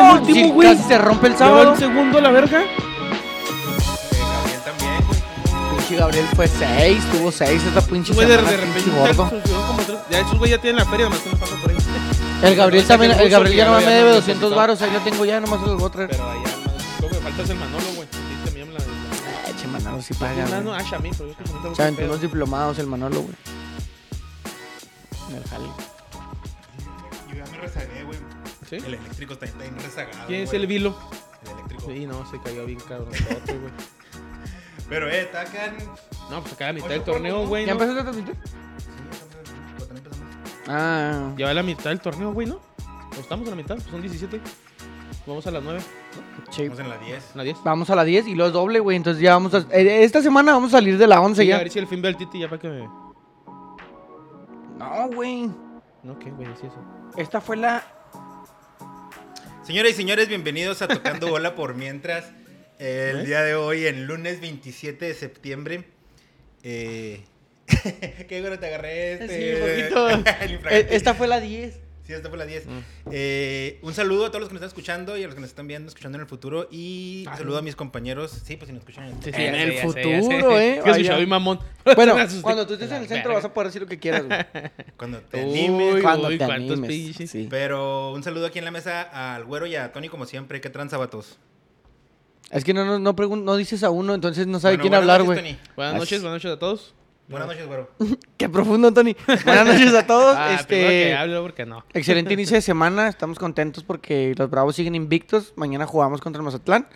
último, güey. ¡Oh! Casi se rompe el sábado. el segundo la verga. Gabriel también, güey. Pinche Gabriel fue 6, tuvo 6 esta pinche Güey, de, semana, de pinche repente gordo. subió como tres. Ya esos güey ya tienen la feria, nomás están pasando por ahí. El Gabriel O sea, que también, el el Gabriel ruso ya que nomás ya no me debe había 200 depositado. varos, ahí lo tengo ya, nomás se los voy a traer. Pero allá no. Lo que me falta es el Manolo, güey. Sí, también la. la- Ah, Ay, che, Manolo, sí paga, No, no, güey. Ash a mí, pero yo estoy comentando. Saben, unos diplomados el Manolo, güey. En el jale. Yo ya me rezagué, güey. ¿Sí? El eléctrico está está bien rezagado. ¿Quién es güey. el vilo? El eléctrico. Sí, no, se cayó bien cabrón. güey. Pero, eh, está acá en. Sí, No, pues acá a la mitad Ocho del torneo, puntos, ¿no? güey. ¿Ya ¿no? empezaste a transmitir? estamos en- pues, también empezamos. Ah, Ya va a la mitad del torneo, güey, ¿no? Pues estamos a la mitad, pues son 17. Vamos a las 9, sí. Estamos en la 10. a las 10. Vamos a la 10 y luego es doble, güey. Entonces ya vamos a. eh, Esta semana vamos a salir de la 11 Sí, a ya. ver si el fin ve al Titi ya para que me. No, güey. No, ¿qué, güey? Sí, eso. Esta fue la. Señoras y señores, bienvenidos a Tocando Bola por Mientras. ¿Eh? Eh, El día de hoy, el lunes 27 de septiembre. Eh... Qué bueno te agarré este. Sí, un poquito. El infragante. Eh, Esta fue la 10. Sí, esta fue la 10. Mm. Eh, un saludo a todos los que nos están escuchando y a los que nos están viendo, escuchando en el futuro. Y Ah, un saludo a mis compañeros. Sí, pues si nos escuchan en el Sí, sí, En ya el sé, ya sé, ya sé. futuro, eh. Yo soy Vaya. Xavi Mamón. Bueno, Me asusté. cuando tú estés en el La centro vas verga. a poder decir lo que quieras, güey. Cuando te animes. Uy, Cuando uy, te cuántos animes. pinches. Sí. Pero un saludo aquí en la mesa al güero y a Tony, como siempre. ¿Qué tranza, vatos? Es que no, no, no, pregun- no dices a uno, entonces no sabe Bueno, quién buenas hablar, noches, güey. Tony. Buenas noches, buenas noches a todos. Buenas noches, güero. Qué profundo, Tony. Buenas noches a todos. Ah, primero que este, hablo porque no. excelente inicio de semana. Estamos contentos porque los Bravos siguen invictos. Mañana jugamos contra el Mazatlán.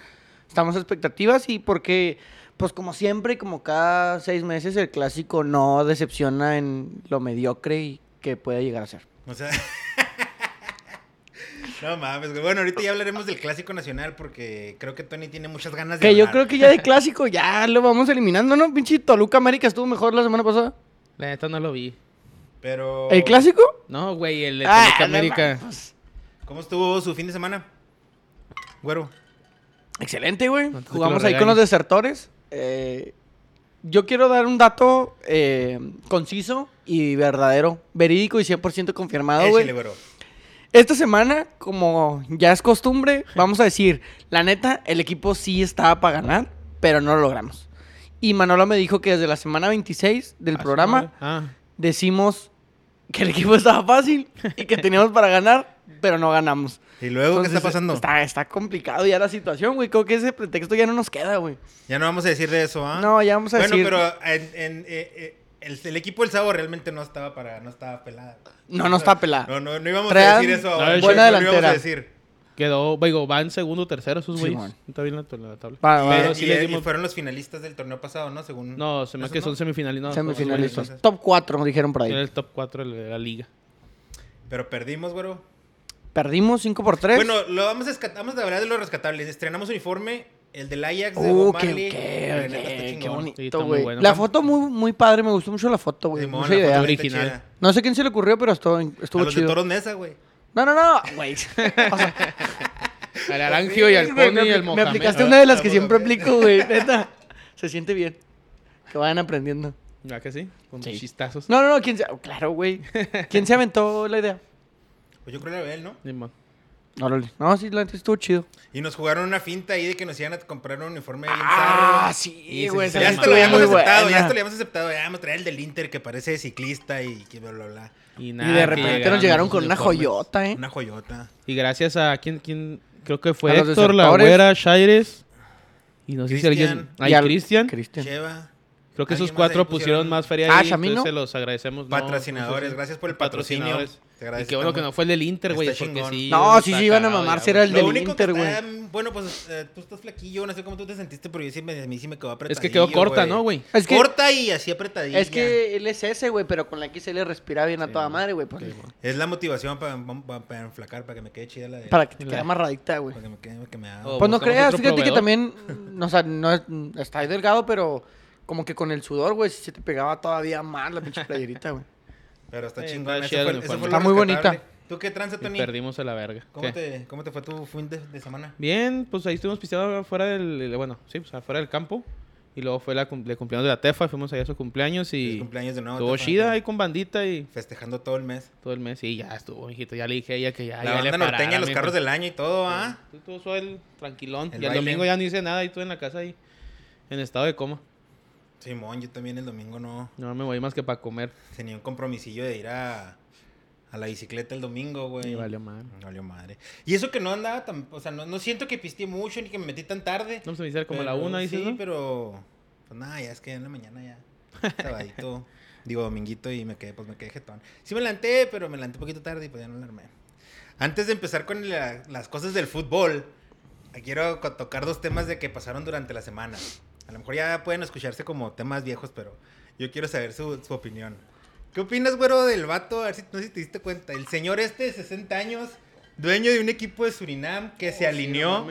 Estamos a expectativas y porque, pues como siempre y como cada seis meses, el clásico no decepciona en lo mediocre y que puede llegar a ser. O sea. No mames, güey. Bueno, ahorita ya hablaremos del clásico nacional porque creo que Tony tiene muchas ganas de. Que yo hablar. creo que ya de clásico ya lo vamos eliminando, ¿no? Pinche Toluca América estuvo mejor la semana pasada. La neta no lo vi. Pero. ¿El clásico? No, güey, el de Ah, Toluca no América. ¿Cómo estuvo su fin de semana? Güero. Excelente, güey. Antes de que Jugamos lo ahí con los regañes. desertores. Eh, yo quiero dar un dato eh, conciso y verdadero, verídico y 100% confirmado, Échale, Ah, güey. güero. Esta semana, como ya es costumbre, vamos a decir, la neta, el equipo sí estaba para ganar, pero no lo logramos. Y Manolo me dijo que desde la semana 26 del Ah, programa sí, Ah, decimos que el equipo estaba fácil y que teníamos para ganar, pero no ganamos. ¿Y luego qué Entonces, está pasando? Está, está complicado ya la situación, güey. Creo que ese pretexto ya no nos queda, güey. Ya no vamos a decir de eso, ¿ah? No, ya vamos a bueno, decir. pero en- en- eh, eh, el, el equipo del sábado realmente no estaba para, no estaba pelada. No, no está pelada. No, no, no íbamos Traían a decir eso. buena ahora. No lo delantera. íbamos a decir. quedó, digo, van segundo, tercero esos güeyes. Simón. Está bien la, to- la tabla. Va, va, Pero y, Ah, sí Eh, y- les y dimos- fueron los finalistas del torneo pasado, ¿no? Según. No, se me hace que ¿Esos son no? semifinales. No, semifinalistas. entonces. Top 4, dijeron por Son ahí. el top 4 de la, de la liga. Pero perdimos, güero. Perdimos 5 por 3. Bueno, lo vamos a rescatar, vamos a hablar de los rescatables. Estrenamos uniforme, el del Ajax de Uh, Bob qué, Marley. qué- La qué- neta está qué chingón. Sí, bonito, está muy güey. bueno. la foto muy, muy padre, me gustó mucho la foto, güey. Simón, Mucha la foto idea. está Original. chida. No sé quién se le ocurrió, pero estuvo, estuvo a los de chido. Toros Mesa, güey. No, no, no, güey. O sea, Al Arancio y al Sí, güey, Pony y me al apli- Me Mohamed. aplicaste Ah, una de las que ah, siempre Mohamed. aplico, güey. Neta. Se siente bien. Que vayan aprendiendo. Ah, ¿Verdad que sí? Con Sí. tus chistazos. No, no, no. ¿quién se... oh, Claro, güey. ¿Quién se aventó la idea? Pues yo creo que era él, ¿no? Simón. Órale. No, sí, la neta estuvo chido. Y nos jugaron una finta ahí de que nos iban a comprar un uniforme bien zarro. Ah, Y sí, se- güey. se- esa ya la esto lo estuvo habíamos muy aceptado, ya buena. esto lo habíamos aceptado. Ya vamos a traer el del Inter que parece de ciclista y que bla, bla, bla. Y, Y de que repente nos llegaron sus con una uniformes. joyota, ¿eh? Una joyota. Y gracias a quién, quién creo que fue A los Héctor, la desertores. güera, Shaires. Y no sé si alguien. Cristian. Ay, Y al- Cristian. Cristian. Cheva. Creo que esos Alguien más ahí cuatro pusieron pusieron más feria Ah, ahí, ¿Shamino? entonces se los agradecemos. No, Patrocinadores, sí, sí. gracias por el patrocinio. Patrocinadores. Te Y agradezco, qué bueno que estamos- no fue el del Inter, güey, Está porque chingón. sí. No, sí, está sí, iban a cagado, mamarse, ya, era el güey. Lo del único Inter, que güey. está, Bueno, pues eh, tú estás flaquillo, no sé cómo tú te sentiste, pero yo sí me, a mí sí me quedó apretadillo. Es que quedó corta, ¿no, güey? Es que, Corta y así apretadilla. es que él es ese, güey, pero con la XL respira bien a toda madre, güey. pues, Es la motivación para, para, enflacar, para que me quede chida la de... para que te La- quede amarradita, güey. para que me quede... Que me haga- Oh. Pues no buscamos creas, otro fíjate que proveedor. también, o sea, no es- está ahí delgado, pero como que con el sudor, güey, sí se te pegaba todavía más la pinche playerita, güey. Pero está Eh, chingona. está eso chida fue- la eso fue uniforme. lo Está muy rescatable. bonita. ¿Tú qué tranza, Y Tony? perdimos a la verga. ¿Cómo ¿Qué? te, ¿Cómo te fue tu fin de, de semana? Bien, pues ahí estuvimos pisteando afuera del. Bueno, sí, pues afuera del campo. Y luego fue la, cum- el cumpleaños de la Tefa, fuimos allá a su cumpleaños Feliz y cumpleaños de nuevo. estuvo Tefa, chida acá, ahí con bandita y Festejando todo el mes. todo el mes. Y ya estuvo, hijito. Ya le dije a ella que ya. la ya le banda norteña, parara, los mijo. carros del año y todo, ¿ah? Tú Estuvo suave, el tranquilón. El y el baile. domingo ya no hice nada y estuve en la casa ahí, en estado de coma. Simón, yo también el domingo no No me voy más que para comer. tenía un compromisillo de ir a, a la bicicleta el domingo, güey. Y valió madre. Valió madre. Y eso que no andaba tan. O sea, no, no siento que pisteé mucho ni que me metí tan tarde. No se me hiciera como a la Pero una, dices, Sí, ¿no? pero. Pues nada, ya es que en la mañana ya. Sabadito. digo, dominguito y me quedé, pues me quedé jetón. Sí me lanté, pero me lanté un poquito tarde y pues ya no la armé. Antes de empezar con la- las cosas del fútbol, quiero co- tocar dos temas de que pasaron durante la semana. A lo mejor ya pueden escucharse como temas viejos, pero yo quiero saber su, su opinión. ¿Qué opinas, güero, del vato? A ver si, no sé si te diste cuenta. El señor este de 60 años, dueño de un equipo de Surinam que Oh, se alineó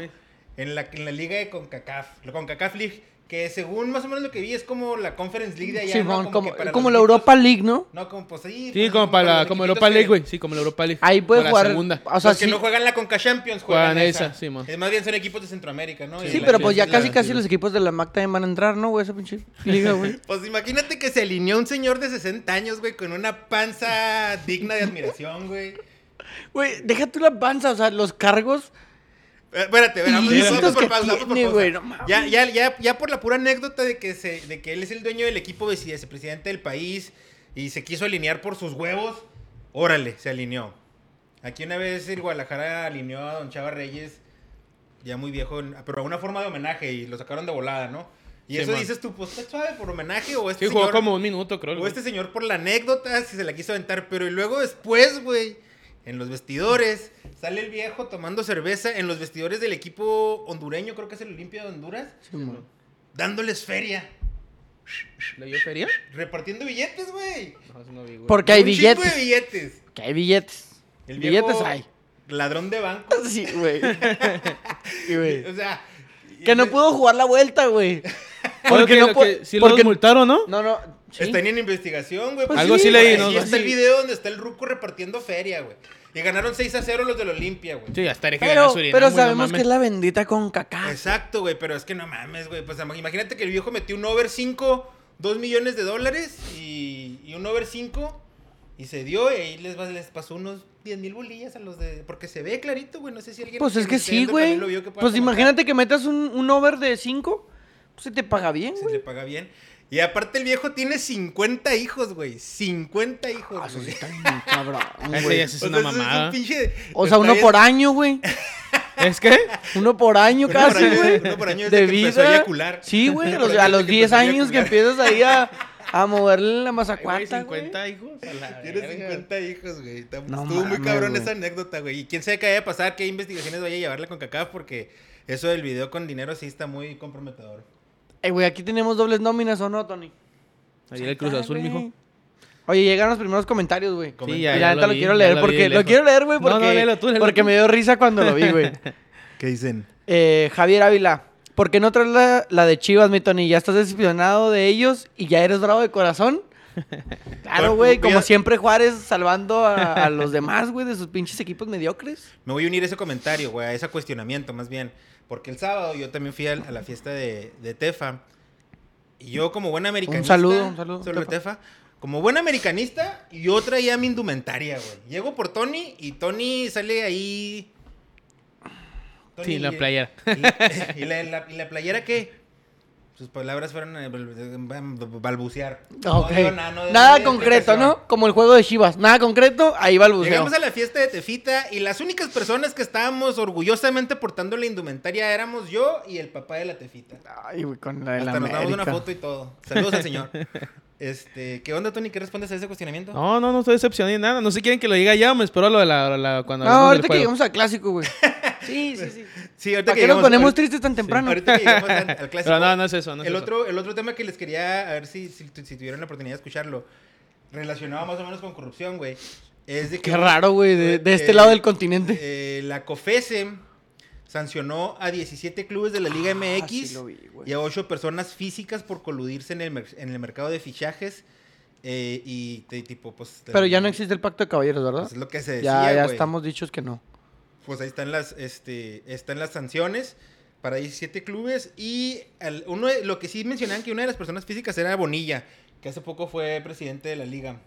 en la, en la liga de CONCACAF, la CONCACAF League, que según más o menos lo que vi es como la Conference League de allá. ¿no? Simón, como, que para como la los equipos- Europa League, ¿no? No, como pues sí. Sí, pues, como para la los como equipitos Europa League, que- güey. Sí, como la Europa League. Ahí puede Para jugar. La segunda. O sea, los que sí, no juegan la CONCA Champions juegan, Juegan esa. esa, sí, mo. es más bien son equipos de Centroamérica, ¿no? Y sí, la- pero pues ya la- casi la- casi los equipos de la MAC también van a entrar, ¿no, güey? Esa pinche liga, güey. Pues imagínate que se alineó un señor de 60 años, güey, con una panza digna de admiración, güey. Güey, deja tú la panza, o sea, los cargos. Eh, Espérate, espérate, vamos, Ilícitos vamos por que pausa, vamos por tiene, pausa. güey, no mames. ya, ya, ya, ya por la pura anécdota de que, se, de que él es el dueño del equipo, de presidente del país y se quiso alinear por sus huevos, órale, se alineó. Aquí una vez el Guadalajara alineó a Don Chava Reyes, ya muy viejo, en- pero a una forma de homenaje y lo sacaron de volada, ¿no? Y Sí, eso man. dices tú, pues está suave por homenaje o este Sí, jugó señor... como un minuto, creo. el O güey. este señor por la anécdota, si se la quiso aventar, pero y luego después, güey, en los vestidores, sale el viejo tomando cerveza en los vestidores del equipo hondureño, creo que es el Olimpia de Honduras, Simón. dándoles feria, ¿Le dio feria? repartiendo billetes, güey. No, eso no vi, güey. Porque hay Un chingo de billetes. billetes. Que hay billetes. El viejo billetes hay. Ladrón de banco. Sí, güey. Sí, güey. O sea, Que no pudo jugar la vuelta, güey. Creo que Porque no lo po- que- sí los porque- multaron, ¿no? No, no. sí. Están en investigación, güey. Pues Algo sí leí, güey, ¿no? ahí está Sí. el video donde está el ruco repartiendo feria, güey. Y ganaron 6 a 0 los del Olimpia, güey. Sí, ya estaré que Pero, ganó Surinam, pero güey, no sabemos que mames. es la bendita con caca. Exacto, güey, pero es que no mames, güey. Pues ama- imagínate que el viejo metió un over 5, 2 millones de dólares y, y un over 5 y se dio y ahí les, va- les pasó unos 10 mil bolillas a los de... Porque se ve clarito, güey, no sé si alguien... Pues es quien que esté sí, viendo también güey. lo vio que pueda Pues comentar. imagínate que metas un, un over de 5, pues se te paga bien, Se güey. le paga bien. Y aparte el viejo tiene 50 hijos, güey. 50 hijos. Ah, eso sí güey. está bien, cabrón, Ese güey. ya se- Es O una sea, eso mamada. pinche- O sea, está uno bien- por año, güey. ¿Es que? Uno por año Uno por casi, año- güey. uno por año desde de que empezó a vida. eyacular. Sí, güey. A los, Uno por a año los desde que 10 empezó a años que empiezas ahí a, a moverle la mazacuata, güey. 50 hijos. a la Tiene verga. 50 hijos, güey. Está- No Estuvo muy mames, cabrón güey. esa anécdota, güey. Y quién sabe qué vaya a pasar, qué investigaciones vaya a llevarle con Cacá, porque eso del video con dinero sí está muy comprometedor. Eh, güey, aquí tenemos dobles nóminas, ¿o no, Tony? Ayer el Cruz Azul, Ay, güey. mijo. Oye, llegaron los primeros comentarios, güey. Com- Sí, Y ya, la ya neta lo, vi, quiero ya leer lo vi porque de lo lejos. quiero leer, güey, No, no, porque, léelo tú, léelo porque tú. me dio risa cuando lo vi, güey. ¿Qué dicen? Eh, Javier Ávila, ¿por qué no traes la, la de Chivas, mi Tony? ¿Ya estás decepcionado de ellos y ya eres bravo de corazón? Claro, Por- güey, como mira- siempre Juárez salvando a, a los demás, güey, de sus pinches equipos mediocres. Me voy a unir a ese comentario, güey, a ese cuestionamiento más bien. Porque el sábado yo también fui al- a la fiesta de, de Tefa. Y yo como buen americanista... saludo, un saludo, Solo Tefa. Tefa. Como buen americanista, yo traía mi indumentaria, güey. Llego por Tony y Tony sale ahí... Sí, la y- playera. ¿Y, y la, la- y la playera qué? Sus palabras fueron eh, bal- bal- balbucear. No Ok. dio nada, no dio nada ninguna concreto, explicación. ¿no? Como el juego de Chivas. Nada concreto, ahí va el buceo. Llegamos a la fiesta de Tefita y las únicas personas que estábamos orgullosamente portando la indumentaria éramos yo y el papá de la Tefita. Ay, güey, con la de la Hasta nos damos una América. foto y todo. Saludos al señor. Este, ¿qué onda, Tony? ¿Qué respondes a ese cuestionamiento? No, no, no estoy decepcionado ni nada. No sé si quieren que lo diga ya o me espero a lo de la, la- cuando No, hablemos del ahorita que juego. llegamos al clásico, güey. Sí, sí, sí. Sí, ahorita ¿Para que qué nos llegamos- ponemos ahorita- tristes tan temprano? Ahorita que llegamos al, al clásico. Pero no, no es eso, no es el eso. Otro, el otro tema que les quería, a ver si, si, si tuvieron la oportunidad de escucharlo, relacionado más o menos con corrupción, güey, es de que... Qué raro, güey, de, de este Eh, lado del continente. eh, la COFESE sancionó a 17 clubes de la Liga MX Ah, sí lo vi, güey. y a 8 personas físicas por coludirse en el, mer- en el mercado de fichajes eh, y de tipo, pues... de- Pero ya no existe el pacto de caballeros, ¿verdad? pues, es lo que se decía, Ya, ya güey. estamos dichos que no. Pues ahí están las, este, están las sanciones para 17 clubes. Y al- uno de- lo que sí mencionaban que una de las personas físicas era Bonilla, que hace poco fue presidente de la liga.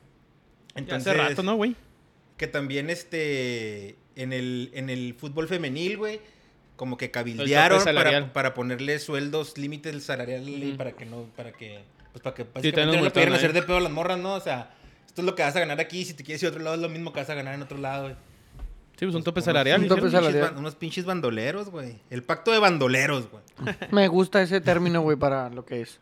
Ya Hace rato, ¿no, güey? Que también este en el, en el fútbol femenil, güey, como que cabildearon para, salarial. para ponerle sueldos, límites salarial y Ujú. para que no, para que, pues para que también básicamente nos no le multaron pudieran ahí. hacer de pedo a las morras, ¿no? O sea, esto es lo que vas a ganar aquí, si te quieres ir a otro lado es lo mismo que vas a ganar en otro lado, güey. Sí, pues un tope Unos salarial. Un tope hicieron. sal- pinches salarial. ban- unos pinches bandoleros, güey. El pacto de bandoleros, güey. Me gusta ese término, güey, para lo que es.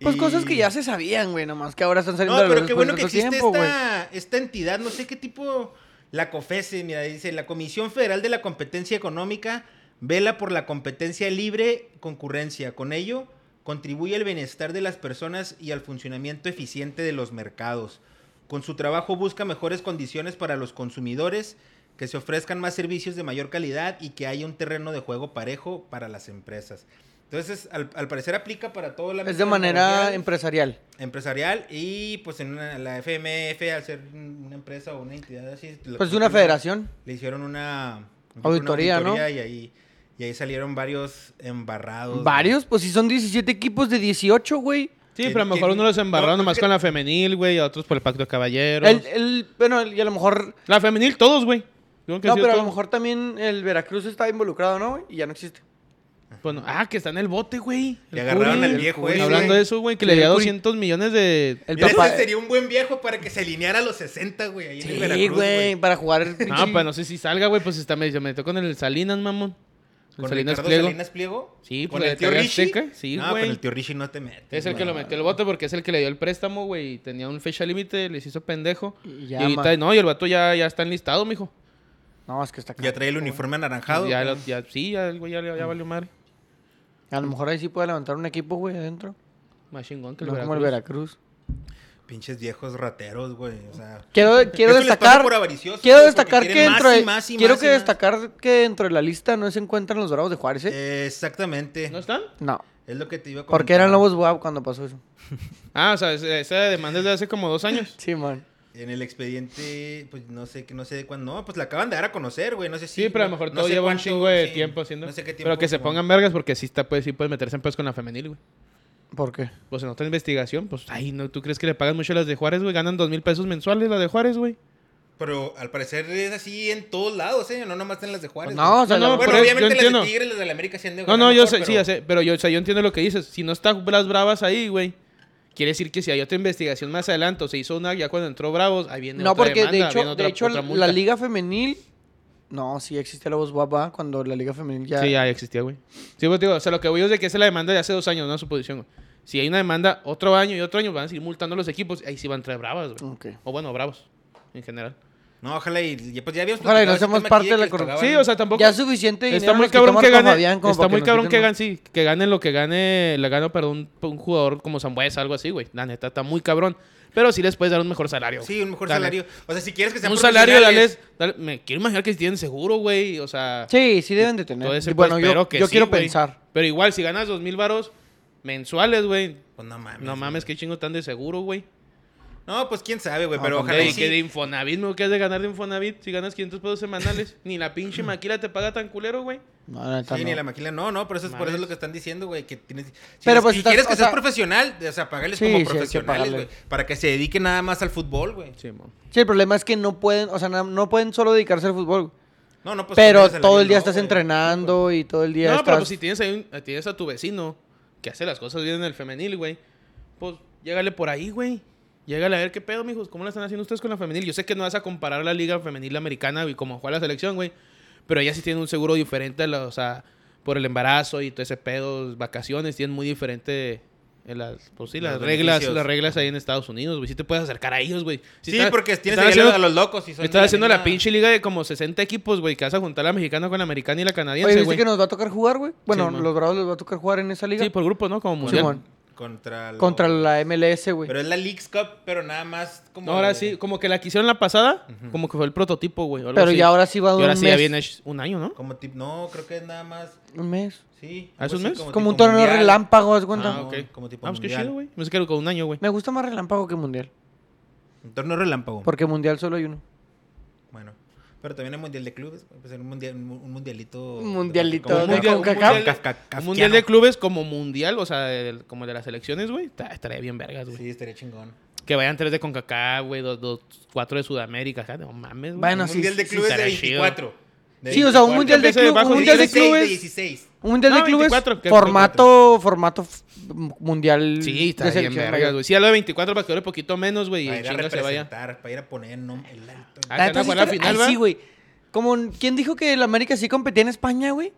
Pues Y- cosas que ya se sabían, güey, nomás que ahora están No, saliendo a la pero luz qué después de bueno que tanto existe tiempo, güey. esta, esta entidad, no sé qué tipo, la COFESE, mira, dice, la Comisión Federal de la Competencia Económica vela por la competencia libre concurrencia. Con ello, contribuye al bienestar de las personas y al funcionamiento eficiente de los mercados. Con su trabajo busca mejores condiciones para los consumidores, que se ofrezcan más servicios de mayor calidad y que haya un terreno de juego parejo para las empresas. Entonces, al, al parecer aplica para todo la Es de manera empresarial empresarial. empresarial y pues en una- la FMF al ser una empresa o una entidad así lo- Pues es una federación. le hicieron una Auditoría, ¿no? y ahí y ahí salieron varios embarrados ¿Varios? Pues si son 17 equipos de 18, güey. Sí, pero a lo mejor uno los embarró No, nomás porque- con la femenil, güey, a otros por el pacto de caballeros. El, el- bueno, el- y a lo mejor... La femenil, todos, güey. Creo que No, sí, pero a lo todos. mejor también el Veracruz está involucrado, ¿no? güey? Y ya no existe. Bueno, ah, que está en el bote, güey. Le El agarraron Curi. al el viejo Curi. ese. Hablando de eso, güey, que le Sí, había el Curi. 200 millones de... El Mira, ese papá... sería un buen viejo para que se alineara los 60 güey ahí en el Sí, Veracruz, güey, para jugar... el Ah, pinche- pues no sé si salga, güey, pues está, me, se metió con el Salinas, mamón. El con Salinas Ricardo Pliego. Salinas Pliego Sí, con pues, el tío de TV Richie Azteca, sí, no güey. con el tío Richie no te metes Es el que lo güey. metió el bote porque es el que le dio el préstamo, güey, y tenía un fecha límite, les hizo pendejo. Y Y, ya, ahorita, ma- no, y el vato ya, ya está enlistado, mijo. No, es que está acá. ya trae el uniforme anaranjado Ya, güey. lo- ya- sí, ya, el güey, ya, le- ya valió madre. A lo mejor ahí sí puede levantar un equipo, güey, adentro. Más chingón que No el como el Veracruz. Veracruz. pinches viejos rateros güey o sea Quiero, quiero Eso les pasa destacar... por avariciosos, Quiero güey, destacar porque que quieren dentro más y de, más y quiero más y que más. destacar que dentro de la lista no se encuentran los Bravos de Juárez, ¿eh? Eh, exactamente ¿No están? no. es lo que te iba a Porque eran comentar. Lobos Guap cuando pasó eso. Ah, o sea, ese- esa demanda es de hace como dos años. Sí, man. En el expediente, pues no sé, que no sé de cuándo. No, pues la acaban de dar a conocer, güey. No sé si. Sí, pero a lo no- mejor no todo sé lleva un cuánto, chingo de sí, tiempo haciendo. No sé qué tiempo. Pero que se como- pongan vergas porque sí está, pues, sí puedes meterse en pedos con la femenil, güey. ¿Por qué? Pues en otra investigación, pues, ay, no, ¿tú crees que le pagan mucho a las de Juárez, güey? Ganan dos mil pesos mensuales las de Juárez, güey. Pero al parecer es así en todos lados, ¿eh? No nomás en las de Juárez. No, güey. o sea, No, la- no, pero bueno, yo obviamente las de entiendo. Tigres, las de la América sí han de No, ganar no, yo mejor, sé, sí, pero- ya sé, pero yo, o sea, yo entiendo lo que dices. Si no está las Bravas ahí, güey, quiere decir que si hay otra investigación más adelante, o se hizo una ya cuando entró Bravos, ahí viene no, otra porque de demanda, hecho, viene otra- de hecho otra multa. la Liga Femenil. No, sí existía Lobos Guap ¿va? cuando la Liga Femenil ya. Sí, ya existía, güey. Sí, pues, digo, o sea, lo que voy es de que esa es la demanda de hace dos años, no suposición, güey. Si hay una demanda otro año y otro año, van a seguir multando a los equipos, ahí sí van a traer Bravas, güey. Ok. O bueno, Bravos, en general. No, ojalá y. ya- Pues ya habíamos Ojalá y no platicado ese seamos tema aquí parte de la que les corrupción. Sí, pagaban. o sea, tampoco. Ya es suficiente dinero. Está muy nos cabrón quitamos que con gane. Fabián como está para muy nos cabrón que quiten gane, sí. Que gane lo que gane, le gano, perdón, un jugador como Zambuesa, algo así, güey. La neta, está muy cabrón. Pero sí les puedes dar un mejor salario. Sí, un mejor La salario. O sea, si quieres que neta. sean Un salario, dale, profesionales, dale- Me quiero imaginar que si tienen seguro, güey. O sea, más. Sí, sí deben de tener. todo ese bueno, pues, yo, pero que yo sí, quiero güey. pensar. Pero igual, si ganas dos mil varos mensuales, güey. Pues no mames. No mames, güey. qué chingo tan de seguro, güey. No, pues quién sabe, güey. No, Pero con ojalá Ey, y Rey, que de sí. Infonavit, ¿no? ¿Qué has de ganar de Infonavit? Si ganas 500 pesos semanales, ni la pinche maquila te paga tan culero, güey. No, la neta, Sí, no. ni la maquila. No, no, por eso es, por eso es Mames. lo que están diciendo, güey. Que tienes, si Pero, les- pues, si estás- quieres que o seas sea- profesional, o sea, págales Sí, sí, como hay que profesionales, pagarle. güey. Para que se dediquen nada más al fútbol, güey. Sí, mo. Sí, el problema es que no pueden, o sea, na- no pueden solo dedicarse al fútbol. No, no, pues. pero cambias la todo vida, el día no, estás güey. entrenando y todo el día no, estás... pero pues, si tienes, ahí un- tienes a tu vecino que hace las cosas bien en el femenil, güey, pues llégale por ahí, güey. Llégale a ver qué pedo, mijos. ¿Cómo la están haciendo ustedes con la femenil? Yo sé que no vas a comparar la liga femenil americana y como juega la selección, güey. Pero ellas sí tienen un seguro diferente, a la- o sea, por el embarazo y todo ese pedo, vacaciones, tienen muy diferente en las, pues, sí, Los las reglas, beneficios. las reglas ahí en Estados Unidos, güey. Sí te puedes acercar a ellos, güey. Si Sí, estás- porque tienes están ahí haciendo- a los locos. Y son Estás de haciendo la misma- pinche liga de como 60 equipos, güey, que vas a juntar la mexicana con la americana y la Oye, canadiense, ¿viste güey. que nos va a tocar jugar, güey? Bueno, man. los Bravos les va a tocar jugar en esa liga. Sí, por grupo, ¿no? Como mundial. Simón. Contra. lo- Contra la MLS, güey. Pero es la Leagues Cup, pero nada más como. No, ahora de- sí, como que la que hicieron la pasada, como que fue el prototipo, güey. o algo Pero así. ya ahora sí va Y a durar ahora un sí ya mes. viene sh- un año, ¿no? Como tip. No, creo que es nada más. Un mes. Sí. ¿Ah, es un algo así, mes? Es tipo como un torneo mundial. relámpago, ¿haz cuenta? Ah, ok. como tipo Ah, pues qué mundial. chido, güey. Me que con un año, güey. Me gusta más relámpago que mundial. Un torneo relámpago. Porque mundial solo hay uno. Bueno. Pero también el Mundial de Clubes, güey, pues era un, mundial, un un mundialito. Un mundialito como- de como- como- CONCACAF. como caf- caf- Un mundial de kafkiano. clubes como mundial, o sea, el- como el de las elecciones, güey. ta- Estaría bien vergas, güey. Sí, estaría chingón. Que vayan tres de CONCACAF, güey, dos, dos, cuatro de Sudamérica, acá, no mames, güey. Bueno, un sí, mundial de sí, clubes de estaría chido. 24. de Sí, o sea, un 24. mundial de, Empieza club- debajo, un sí, mundial de 16, clubes. 16. Un mundial de No, clubes. 24, que- formato, formato f- mundial. Sí, está de bien selección vergas, mayor. güey. Sí, a lo de 24 para que dure poquito menos, güey, y Para en ir a chinga se vaya. representar, para ir a poner nom- el alto. Ah, La Acá neta no sí fue la está- final, ay, ¿va? sí, güey. Como, ¿quién dijo que el América sí competía en España, güey?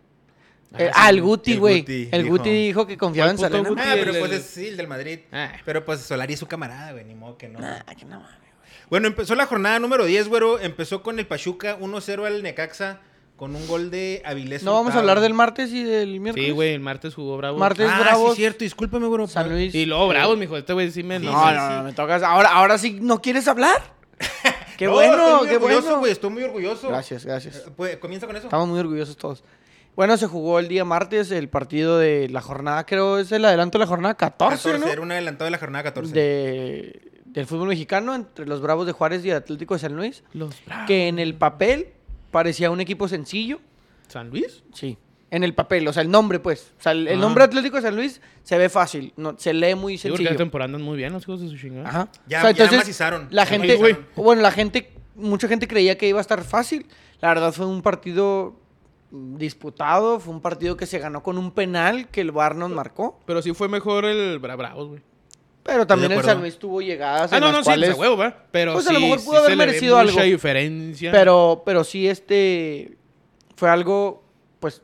Ah, Eh, sí, Ah, el güey. Guti, El güey. Guti El dijo. Guti dijo que confiaba ¿Cuál en puto Salena. Guti? Ah, pero el- pues el- es sí, el del Madrid. Ah. Pero pues Solari es su camarada, güey, ni modo que no. Nah, que no mames. Bueno, empezó la jornada número 10, güero. Empezó con el Pachuca 1-0 al Necaxa con un gol de Avilés. No vamos a Hurtado. hablar del martes y del miércoles. Sí, güey, el martes jugó Bravo. Martes. Ah, Bravos. sí, cierto, discúlpame, güero. San Luis. Y luego Bravos, mijo, este güey sí me... Sí, No, no, no, no, me tocas. Ahora, ahora sí, ¿no quieres hablar? Qué No, bueno, estoy muy qué orgulloso, bueno. güey, estoy muy orgulloso. Gracias, gracias. Eh, Pues, comienza con eso. Estamos muy orgullosos todos. Bueno, se jugó el día martes el partido de la jornada, creo es el adelanto de la jornada 14, 14, ¿no? era un adelantado de la jornada 14. De, del fútbol mexicano entre los Bravos de Juárez y el Atlético de San Luis, Los Bravos. que en el papel parecía un equipo sencillo. ¿San Luis? Sí, en el papel, o sea, el nombre, pues. O sea, el, el Ah. nombre Atlético de San Luis se ve fácil, no, se lee muy Sí, porque sencillo. la temporada andan muy bien los hijos de su chingada. Ajá. Ya- O sea, ya macizaron, La ya gente, macizaron. bueno, la gente, mucha gente creía que iba a estar fácil. La verdad fue un partido disputado, fue un partido que se ganó con un penal que el VAR nos marcó. Pero sí fue mejor el Bra- Bravos, güey. Pero también el acuerdo. San Luis tuvo llegadas Ah, en no, las no, sí, cuales- pues, a huevo, ¿verdad? Pero Pues, sí, a lo mejor sí pudo haber se le ve merecido mucha algo. diferencia. pero, pero sí, este, fue algo, pues,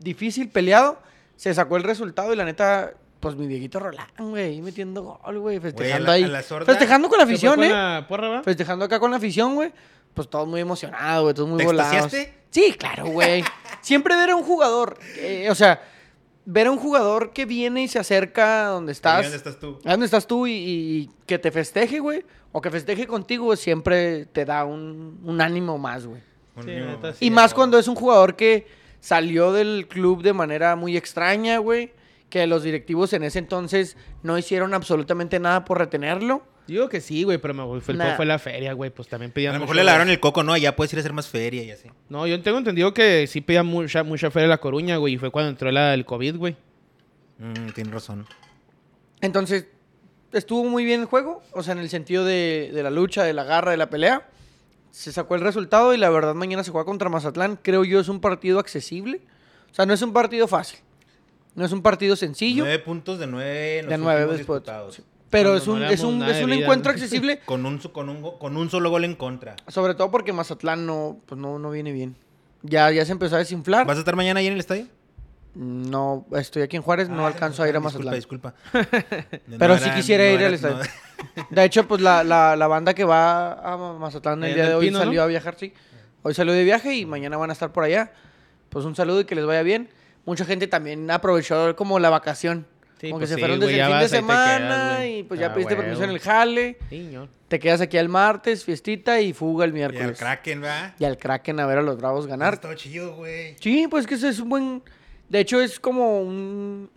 difícil, peleado. Se sacó el resultado y la neta, pues, mi Dieguito Rolán, güey, ahí metiendo gol, güey, festejando la- ahí. a la sorda- festejando con la Se fue afición, con ¿eh? la porra, ¿va? festejando acá con la afición, güey. Pues todos muy emocionados, güey, todos muy ¿Te volados. extasiaste? Sí, claro, güey. Siempre ver a un jugador, eh, o sea, ver a un jugador que viene y se acerca a donde Ahí estás, ¿Dónde estás tú? a donde estás tú y, y que te festeje, güey, o que festeje contigo, güey, siempre te da un, un ánimo más, güey. Un Sí, niño, neta, güey. sí. Y más cuando es un jugador que salió del club de manera muy extraña, güey, que los directivos en ese entonces no hicieron absolutamente nada por retenerlo. Digo que sí, güey, pero me fue, el Nah. fue la feria, güey. Pues también A pedían. lo mejor mucho- le lavaron el coco, ¿no? Allá puedes ir a hacer más feria y así. No, yo tengo entendido que sí pedían mucha, mucha feria a la Coruña, güey. Y fue cuando entró la del COVID, güey. Mm, tienes razón. Entonces, estuvo muy bien el juego, o sea, en el sentido de, de la lucha, de la garra, de la pelea. Se sacó el resultado y la verdad mañana se juega contra Mazatlán. Creo yo es un partido accesible. O sea, no es un partido fácil. No es un partido sencillo. Nueve puntos de nueve. en los de nueve últimos después. disputados. Pero Cuando es un, no le es damos un, nada es de un vida, encuentro ¿no? accesible, Con un, su- con, un, go- con un solo gol en contra. sobre todo porque Mazatlán no, pues no, no viene bien. Ya, ya se empezó a desinflar. ¿Vas a estar mañana ahí en el estadio? No, estoy aquí en Juárez, no Ah, alcanzo a ir a disculpa, Mazatlán. Disculpa, Pero si sí quisiera ir al estadio. De hecho, pues la, la, la banda que va a Ma- Mazatlán Allá el en día el de hoy Pino, ¿no? salió a viajar, sí. Hoy salió de viaje y mañana van a estar por allá. Pues un saludo y que les vaya bien. Mucha gente también aprovechó como la vacación. Sí, como pues que se sí, fueron güey, desde ya el fin de vas, ahí te quedas, semana güey. y pues ya Ah, pediste huevo. permiso en el jale. Niño. Te quedas aquí el martes, fiestita y fuga el Y al miércoles. Kraken, va. Y al Kraken a ver a los Bravos Eso ganar. Está chido, güey. Sí, pues que ese es un buen... De hecho, es como un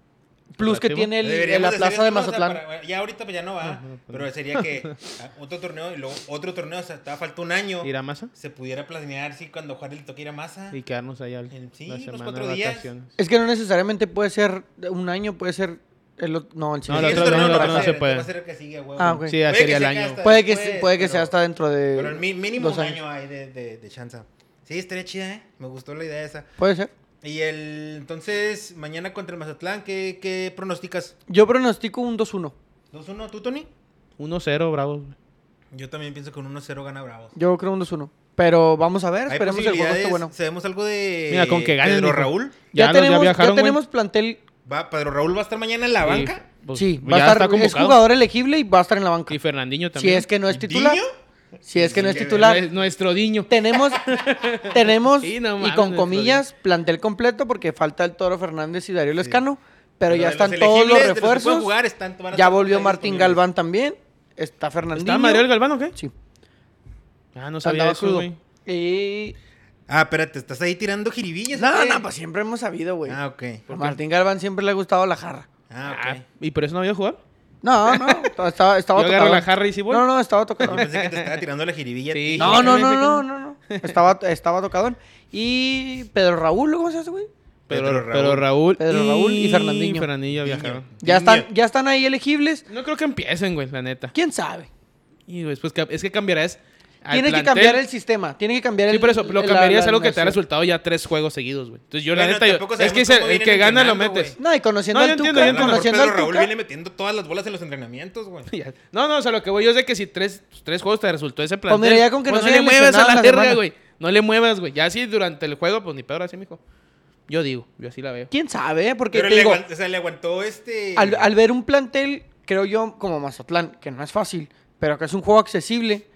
plus que Atractivo. tiene el- Deberíamos la hacer plaza de eso, ¿no? O sea, Mazatlán. para- ya ahorita pues, ya no va. Pero sería que ah, otro torneo y luego otro torneo, o sea, estaba falta un año. Ir a masa Se pudiera planear, sí, cuando Juárez le toque ir a masa. y quedarnos allá al, En- sí, la unos semana cuatro de días. vacaciones. Es que no necesariamente puede ser un año, puede ser el otro. No, el No, el siguiente. otro torneo no, va a no se ser, puede. Va a ser el que sigue, güey. Ah, ok. Sí, ya Puede que sería el sea año. hasta- Puede que, después, se- puede que sea pero- hasta dentro de. Pero el mi- mínimo dos un años. año hay de, de, de chanza. Sí, estaría chida, ¿eh? Me gustó la idea esa. Puede ser. Y el entonces, mañana contra el Mazatlán, ¿qué, qué pronosticas? Yo pronostico un 2-1. ¿2-1 tú, Tony? 1-0, bravos, güey. Yo también pienso que un 1-0 gana Bravos. Yo creo un 2-1. Pero vamos a ver, Hay esperemos el juego esté posibilidades. bueno. ¿Sabemos algo de Mira, con que ganen, Eh, Pedro mijo. Raúl? Ya, los- tenemos, ya viajaron, güey. tenemos plantel. Va, Pedro Raúl va a estar mañana en la Y, banca. pues, sí, ya va a está estar. Es convocado. jugador elegible y va a estar en la banca. Y Fernandinho Si también. es que no es titular. ¿Diño? Si es que no es Sí, que- titular. Nue- Nuestro Diño. Tenemos, tenemos, Sí, no y mames, con nuestro comillas, plantel completo porque falta el Toro Fernández y Darío Lescano. Pero, ya de están los todos los elegibles, de que pueden refuerzos. jugar, están- van a Ya estar volvió ahí Martín disponibles. Galván también. Está Fernandinho. ¿Está Mariel Galván o qué? Sí. Ah, no sabía andaba eso, crudo. güey. Y... Ah, espérate, estás ahí tirando jiribillas. No, ¿o qué? no, pues siempre hemos sabido, güey. Ah, ok. a Martín Galván siempre le ha gustado la jarra. Ah, ok. Ah, ¿Y por eso no había jugado? No, no, estaba, estaba Yo agarro la tocadón. jarra y si voy. No, no, estaba Yo tocadón. pensé que te estaba tirando la jiribilla. a ti. Sí. No, no, no, Pensé que no. no, no, no. Estaba, estaba tocadón. Y Pedro Raúl, ¿cómo se hace, güey? Pedro, Pedro Raúl. Pedro Raúl. Raúl, Pedro Raúl y Fernandinho. Fernandinho Niño. viajaron. Ya Niño. están, ya están ahí elegibles. No creo que empiecen, güey, la neta. ¿Quién sabe? Y güey, pues, ca- es que cambiarás. al Tiene que plantel. cambiar el sistema. Tiene que cambiar el Sí, por eso, lo la- cambiarías la a algo que te ha alineación. resultado ya tres juegos seguidos, güey. Entonces yo, la Bueno, neta, yo- tampoco es que es sabemos el, cómo el que vienen gana lo entrenando, metes. No, y conociendo No, yo al entiendo, yo Tuca, A lo mejor conociendo Pedro al Raúl Tuca. viene metiendo todas las bolas en los entrenamientos, güey. Ya. No, no, o sea, lo que voy yo es de que si tres, pues, tres juegos te resultó ese Pues plantel. mira, ya con que no no se le hayan muevas a lesionado la la verga, semana. güey. No le muevas, güey. Ya así durante el juego, pues ni peor así, mijo. Yo digo, yo así la veo. ¿Quién sabe? Porque Pero te le, digo, aguantó, o sea, le aguantó este. al, al ver un plantel, creo yo, como Mazatlán, que no es fácil, pero que es un juego accesible,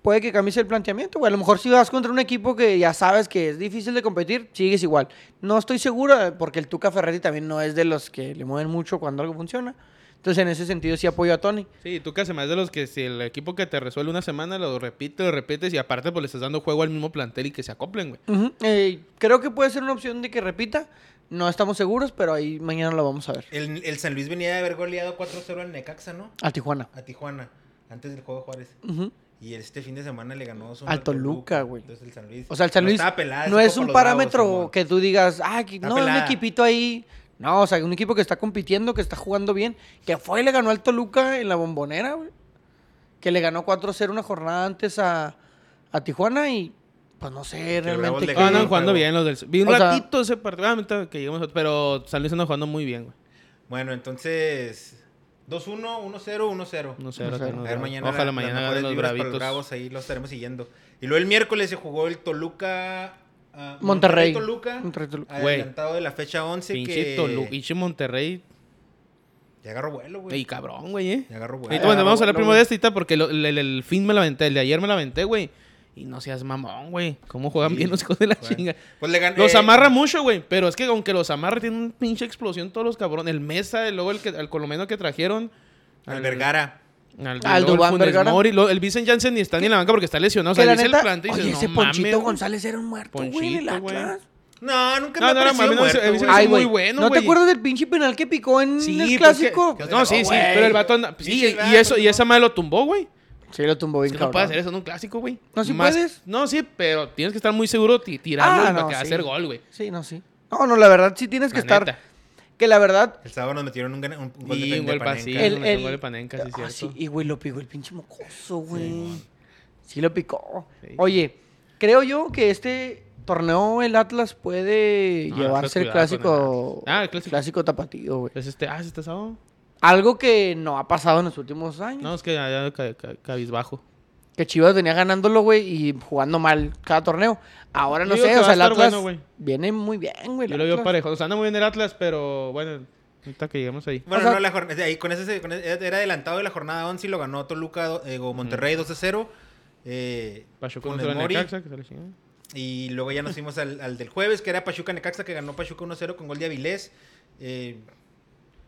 puede que cambies el planteamiento, güey. A lo mejor si vas contra un equipo que ya sabes que es difícil de competir, sigues igual. No estoy segura, porque el Tuca Ferretti también no es de los que le mueven mucho cuando algo funciona. Entonces, en ese sentido, sí apoyo a Tony. Sí, tú casi más de los que si el equipo que te resuelve una semana lo repite, lo repites y aparte pues le estás dando juego al mismo plantel y que se acoplen, güey. Ujú. Eh, creo que puede ser una opción de que repita. No estamos seguros, pero ahí mañana lo vamos a ver. El, el San Luis venía de haber goleado 4-0 al Necaxa, ¿no? A Tijuana. A Tijuana, antes del juego de Juárez. Ujú. Y este fin de semana le ganó su Al Toluca, güey. Entonces el San Luis. O sea, el San no Luis estaba pelada, no ese es un juego con los Bravos, parámetro Simón. que tú digas, ah, que- Está no, un pelada. equipito ahí. No, o sea, un equipo que está compitiendo, que está jugando bien, que fue y le ganó al Toluca en la bombonera, güey. Que le ganó 4-0 una jornada antes a, a Tijuana y pues no sé Bravos le realmente qué- No, ganó. Ah, andan jugando bien los del... Vi un O sea- ratito ese partido, ah, ahorita que llegamos a- pero San Luis anda jugando muy bien, güey. Bueno, entonces. 2-1, 1-0, 1-0. No sé, No ahora sé. tenemos- A ver, mañana ojalá la- las mañana mejores ganen los vibras para bravitos. Bravos, ahí los estaremos siguiendo. Y luego el miércoles se jugó el Toluca. ah, Monterrey. Toluca. Monterrey, Toluca. Güey. Adelantado de la fecha 11. Pinche que... Toluca, pinche Monterrey. Ya agarró vuelo, güey. Ey, cabrón, güey, eh. Ya agarró vuelo. Ahorita, bueno, Ah, vamos a hablar primero bueno, güey. de esta ahorita porque lo- el, el- el fin me la aventé, el de ayer me la aventé, güey. Y no seas mamón, güey. ¿Cómo juegan Sí, bien los hijos de la Bueno, chinga? Pues le gan- Los eh, amarra mucho, güey. Pero es que aunque los amarre, tiene una pinche explosión todos los cabrones. El Mesa, el, luego el, que, al colombiano que trajeron. Al Vergara. Al, Al luego el Ah, Dubán Funes Vergara. Mori, luego el Vincent Janssen ni está ni en la banca porque está lesionado. O sea, que la dice el neta, plantel y oye, dices, ese no Ponchito mames, güey. González era un muerto, güey, del Ponchito, güey. Atlas. No, nunca No, me no, era ha parecido mami, no, muerto, ese- ese- güey. Ay, muy güey, bueno, ¿No güey. te acuerdas del pinche penal que picó en el pues que- clásico? que- no, sí, sí. Güey. Pero el vato anda. Sí, Pinche y, eso, vato, y esa madre lo tumbó, güey. Sí, lo tumbó Es bien que no cabrón. puedes hacer eso en un clásico, güey. No, sí puedes. No, sí, pero tienes que estar muy seguro ti- tirando Ah, para no, que sí. hacer gol, güey. Sí, no, sí. No, no, la verdad sí tienes que La estar... neta. Que la verdad, El sábado nos metieron un, gan- un gol de, Y de un gol Panenka. pasivo. El- El, el- gol de Panenka, sí, Ah, cierto. sí, y güey, lo picó el pinche mocoso, güey. Sí, mon. lo picó. Sí. Oye, creo yo que este torneo el Atlas puede No, llevarse el Atlas, cuidado con el clásico, Atlas. Ah, el clásico. tapatío, güey. Es este, ah, ¿sí está sábado. Algo que no ha pasado en los últimos años. No, es que allá ca- ca- cabizbajo. Que Chivas venía ganándolo, güey, y jugando mal cada torneo. Ahora no Digo sé, que o va sea, a el estar Atlas bueno, güey. viene muy bien, güey. el Yo lo veo Atlas. parejo. O sea, anda muy bien el Atlas, pero bueno, ahorita que lleguemos ahí. Bueno, O sea- no, la jornada. Ahí, con ese, se- con ese- eh, era adelantado de la jornada 11 y lo ganó Toluca, do- eh, o Monterrey 2-0. Eh, Pachuca Funes contra el Mori. Necaxa, que se le chingó. Y luego ya nos fuimos al, al del jueves, que era Pachuca Necaxa, que ganó Pachuca 1-0 con gol de Avilés. Eh,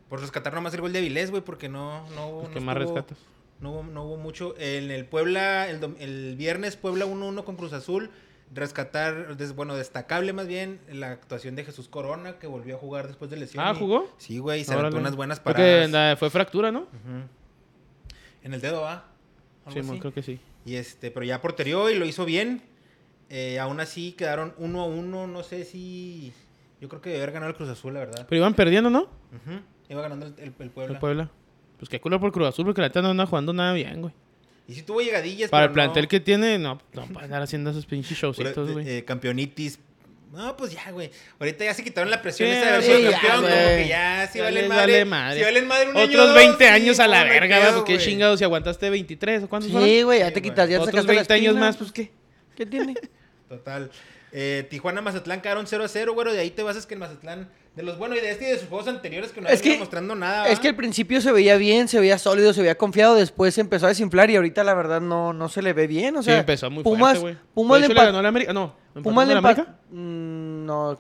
por rescatar nomás el gol de Avilés, güey, porque no, no hubo. Pues, no ¿Qué más estuvo- rescatas? No hubo, no hubo mucho. En el Puebla, el, dom- el viernes, Puebla 1-1 con Cruz Azul. Rescatar, des- bueno, destacable más bien la actuación de Jesús Corona, que volvió a jugar después de lesión. Ah, y- ¿jugó? Sí, güey, y se Órale. aventó unas buenas Creo paradas. que na- fue fractura, ¿no? Ujú. En el dedo ¿ah? A. Sí, mo- creo que sí. Y este, pero ya porterió y lo hizo bien. Eh, aún así quedaron uno a uno. No sé si. Yo creo que debe haber ganado el Cruz Azul, la verdad. Pero iban perdiendo, ¿no? Ujú. Iba ganando el, el- el Puebla. El Puebla. Pues qué culo por Cruz Azul, porque la neta no anda jugando nada bien, güey. Y sí tuvo llegadillas. Para el pero no- plantel que tiene, no, no para andar haciendo esos pinches Pura- showcitos, güey. eh, campeonitis. No, pues ya, güey. Ahorita ya se quitaron la presión Sí, esa de sí, ser ya, campeón. como güey. que ya, si Ya valen les madre. vale madre. Si valen madre un año o Otros dos, 20 sí, años a la no, no hay verga, güey. pedo, Pues qué güey. chingados, si aguantaste 23 o cuántos fueron? Sí, güey, ya Sí, te güey. quitas, ya te Otros sacaste las 20 años espinas. más, pues qué. ¿Qué tiene? Total. Eh, Tijuana Mazatlán quedaron 0 a 0, güey. De ahí te vas es que el Mazatlán, de los buenos y de este y de sus juegos anteriores que no Es han ido que- mostrando nada. Es Ah. ¿va? que al principio se veía bien, se veía sólido, se veía confiado, después se empezó a desinflar y ahorita la verdad no, no se le ve bien. O sea, sí, empezó muy Pumas, fuerte, güey. Pumas De le hecho, le empató. ganó al América. No, ¿empató Pumas con le el empató. No, no,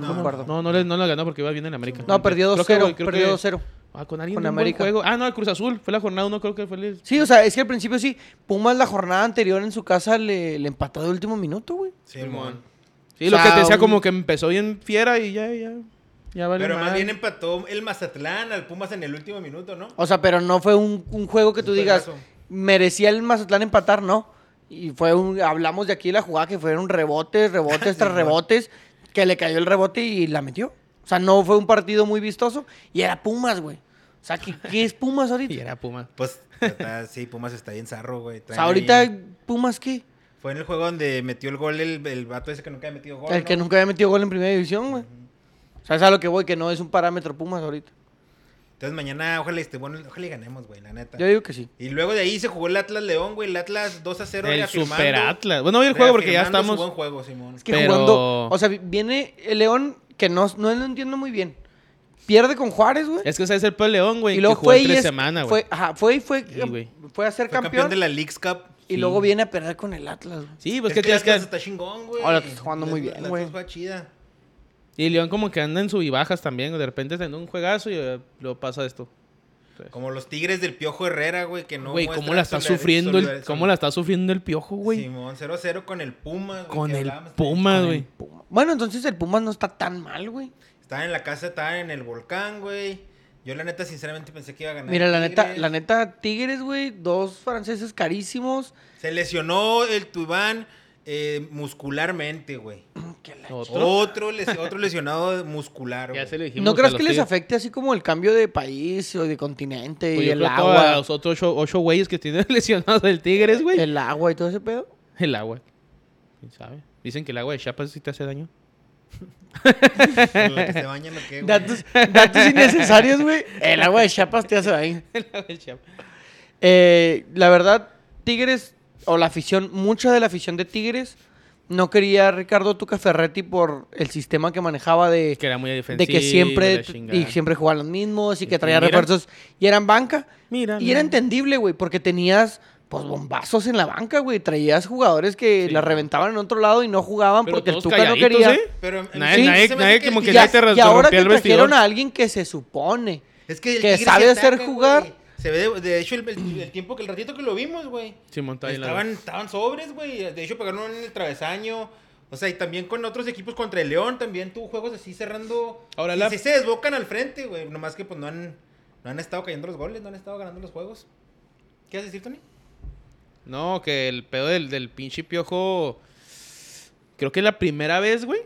No. me acuerdo. No, No, no, le, no la ganó porque iba bien en América. perdió Creo que, 2-0. güey, creo Perdió que- 2-0. Ah, con alguien Con con América. América. juego. Ah, no, el Cruz Azul. Fue la jornada uno, creo que fue el... Sí, o sea, es que al principio sí. Pumas la jornada anterior en su casa le, le empató de último minuto, güey. Simón. Sí, lo O sea, que te decía un- como que empezó bien fiera y ya, ya. Ya vale Pero más madre. bien empató el Mazatlán al Pumas en el último minuto, ¿no? O sea, pero no fue un, un juego que tú Un digas, juegazo. merecía el Mazatlán empatar, ¿no? Y fue un, hablamos de aquí de la jugada que fueron rebotes, rebotes tras rebotes, que le cayó el rebote y la metió. O sea, no fue un partido muy vistoso y era Pumas, güey. O sea, ¿qué, qué es Pumas ahorita? Y era Puma. Pues está- sí, Pumas está bien zarro, güey. o Traen sea, ahorita ahí- Pumas qué? Fue en el juego donde metió el gol el, el vato ese que nunca había metido gol. El que ¿no? nunca había metido gol en primera división, güey. O sea, es a lo que voy, que no es un parámetro Pumas ahorita. Entonces mañana, ojalá esté bueno, ojalá y ganemos, güey, la neta. Yo digo que sí. Y luego de ahí se jugó el Atlas León, güey. El Atlas 2 a 0 El reafirmando- Super Atlas. Bueno, hoy el juego porque ya reafirmando su estamos. buen juego, Simón. Es que Pero- jugando. O sea, vi- viene el León, que no, no lo entiendo muy bien. Pierde con Juárez, güey. Es que ese es el Pueblo León, güey. y luego que jugó fue en y tres es- semanas, fue, güey. ajá, fue y fue, Sí, güey. fue a ser Fue campeón, campeón, de la Leagues Cup. y sí. luego viene a perder con el Atlas. güey. Sí, pues Es que el tienes que. Atlas está chingón, güey. Ahora está jugando muy El bien, Atlas güey. juega chida. Y León como que anda en sub y bajas también. De repente teniendo un juegazo y eh, luego pasa esto. Como los Tigres del Piojo Herrera, güey, que no Pues. Güey, muestran ¿cómo la está solidar- sufriendo el, solidar- cómo la está sufriendo el piojo, güey? Simón 0 0 con el Puma, güey, con que el hablábamos. Puma, Con el güey. Puma. Bueno, entonces el Pumas no está tan mal, güey. Estaban en la casa, estaban en el volcán, güey. Yo la neta sinceramente pensé que iba a ganar. Mira, la neta, Tigres. la neta, Tigres, güey, dos franceses carísimos. Se lesionó el Tubán eh, muscularmente, güey. Mm, Que la- Otro. Otro, lesi- otro lesionado muscular, güey. Ya se lo dijimos ¿No crees a que los les Tigres. afecte así como el cambio de país o de continente Pues y yo el creo que a agua? los otros ocho, ocho güeyes que tienen lesionados del Tigres, güey. El... El agua y todo ese pedo. agua. ¿Quién sabe? Dicen que el agua de Chiapas sí te hace daño. Con la que se bañan o qué, güey. Datos, datos innecesarios, güey. El agua de Chiapas te hace daño. El agua de Chiapas. Eh, la verdad, Tigres, o la afición, mucha de la afición de Tigres, no quería a Ricardo Tuca Ferretti por el sistema que manejaba de, Que era muy defensivo. de que siempre, la chingada. y siempre jugaban los mismos y Y que que traía mira. refuerzos y eran banca. Mira. Y mira. era entendible, güey, porque tenías pues bombazos en la banca, güey. Traías jugadores que Sí. la reventaban en otro lado y no jugaban Pero porque el todos Tuca no calladitos, quería. ¿eh? Pero a mí Nadie- sí se me nadie- hace nadie como el que Y, ya a- te ras- y ahora rompía que el vestidor. trajeron a alguien que se supone Es que, el que Tigre sabe sí hacer ataca, jugar. güey. Se ve, de, de hecho, el, el- el tiempo que el ratito que lo vimos, güey. Simón está ahí en la- Estaban, estaban sobres, güey. De hecho, pegaron uno en el travesaño. O sea, y también con otros equipos contra el León, también tuvo juegos así cerrando. Ahora sí, la- sí se desbocan al frente, güey. Nomás que pues no han, no han estado cayendo los goles, no han estado ganando los juegos. ¿Qué vas a decir, Tony? No, que el pedo del, del pinche piojo. Creo que es la primera vez, güey,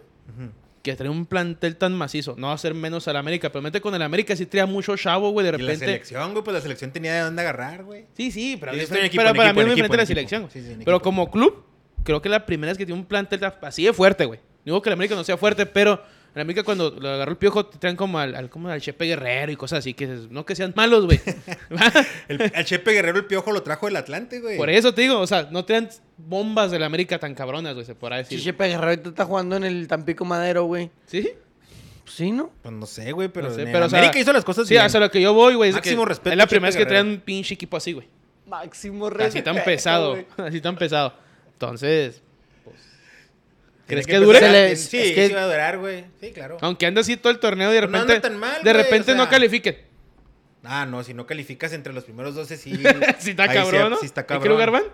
que trae un plantel tan macizo. No va a ser menos al América. Pero mete con el América sí trae mucho chavo, güey, de Y la repente. selección, güey, pues la selección tenía de dónde agarrar, güey. Sí, sí, pero, Yo es estoy en diferente- equipo, pero en para equipo, mí en es equipo, diferente la en equipo. selección. Sí, sí, en pero equipo. como club, creo que la primera vez que tiene un plantel ta- así de fuerte, güey. No digo que el América no sea fuerte, pero el América cuando lo agarró el piojo te traen como al, al- como al Chepe Guerrero y cosas así. que dices, No que sean malos, güey. El, al Chepe Guerrero el piojo lo trajo del Atlante, güey. Por eso te digo, o sea, no traen bombas del América tan cabronas, güey, se podrá decir. Chichepe Guerrero ahorita está jugando en el Tampico Madero, güey. ¿Sí? Pues sí, ¿no? Pues no sé, güey, pero, No sé, en el pero, o sea, América hizo las cosas Sí, bien. hasta lo que yo voy, güey. Es que Máximo respeto, Es la Chepe primera vez que Guerrero. traen un pinche equipo así, güey. Máximo Así respeto. tan pesado. güey. Así tan pesado. Entonces, Tiene ¿Crees que dure? empezar- Se le- Sí, es sí que- va a durar, güey. Sí, claro. aunque anda así todo el torneo y de Pues no repente. anda tan mal, de güey, o repente no sea. califiquen. Ah, no, si no calificas entre los primeros 12, sí. Si está Ahí sí- cabrón, ¿no? Sí, está ¿En cabrón. qué lugar van?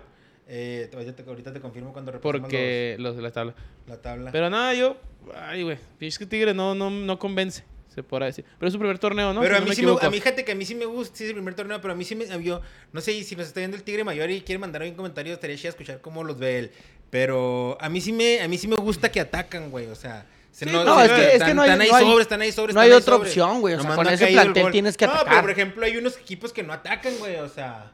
Eh, ahorita, te, ahorita te confirmo cuando repasemos Porque los de la tabla. los- la tabla. Pero, Pero nada, yo. Ay, güey. Pinche Tigre no, no, no convence. Se podrá decir. Pero es su primer torneo, ¿no? Si a no mí sí equivoco. me, a mí, fíjate que a mí sí me gusta, sí es el primer torneo, pero a mí sí me, yo, no sé si nos está viendo el Tigre Mayor y quiere mandar ahí un comentario, estaría chido escuchar cómo los ve él. Pero a mí sí me, a mí sí me gusta que atacan, güey, o sea. se Sí, no, no, se- es que- es están, que no hay- están ahí no hay- sobres, están ahí sobres. no están hay ahí otra sobres. opción, güey, o sea, Nomás con no ha ese caído el plantel gol. tienes que No, pero atacar. por ejemplo, hay unos equipos que no atacan, güey, o sea.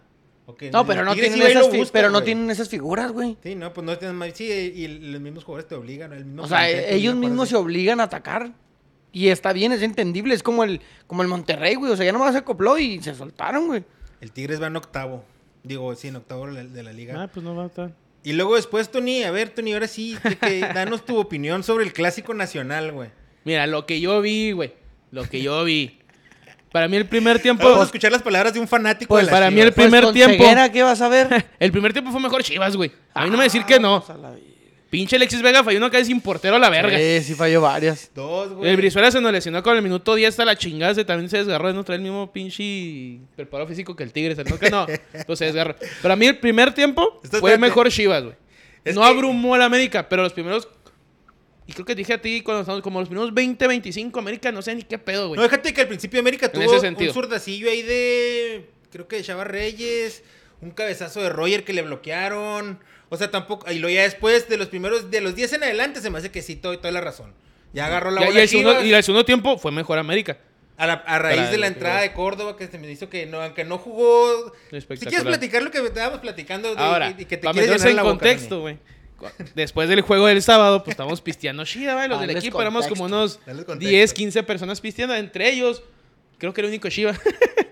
o que No, los pero no, Tigres tienen sí va y lo esas, fi- buscan, pero no güey. tienen esas figuras, güey. Sí, no, pues no tienen más. Sí, y los mismos jugadores te obligan. El mismo o sea, plantel te ellos obliga a mismos se jugar obligan a atacar. Y está bien, es entendible. Es como el, como el Monterrey, güey. O sea, ya nomás se acopló y se soltaron, güey. así. El Tigres va en octavo. Digo, sí, en octavo de la, de la liga. Ah, pues no va a estar. Y luego después, Tony, a ver, Tony, ahora sí, de que- danos tu opinión sobre el clásico nacional, güey. Mira, lo que yo vi, güey. Lo que yo vi. Para mí el primer tiempo. Vamos a escuchar las palabras de un fanático Pues de las para mí el Chivas. pri- Primer con tiempo. Ceguera, ¿qué vas a ver? el primer tiempo fue mejor Chivas, güey. Ah, pues A mí no me decir que no. Vamos a la- Pinche Alexis Vega falló una cae sin portero a la verga. Sí, sí falló varias. Dos, güey. El Brizuela se nos lesionó con el minuto 10 hasta la chingada. Se también se desgarró de no traer el mismo pinche preparado físico que el Tigres. No que no. Entonces se desgarró. Para mí el primer tiempo Esto fue espérate. mejor Chivas, güey. Es no que- abrumó al América, pero los primeros Y creo que dije a ti cuando estamos como los primeros 20, 25, América, no sé ni qué pedo, güey. No, déjate que al principio América tuvo ese sentido. un zurdacillo ahí de. Creo que de Chava Reyes. Un cabezazo de Roger que le bloquearon. O sea, tampoco. Y luego ya después de los primeros. De los 10 en adelante se me hace que sí, todo- toda la razón. Ya agarró la Ya- bola. y, el segundo, Chivas. y el segundo tiempo fue mejor América. A, la- a raíz Para de la el- entrada de Córdoba, que se me hizo que no, aunque no jugó. Si Espectacular. quieres platicar lo que estábamos platicando de- Ahora, y que te para quieres meterse llenar en la boca, contexto, güey. Cu- Después del juego del sábado, pues estábamos pisteando chida, güey. Los del Dales equipo éramos contexto, como unos dales contexto. 10, 15 personas pisteando. Entre ellos, creo que era el único Shiva.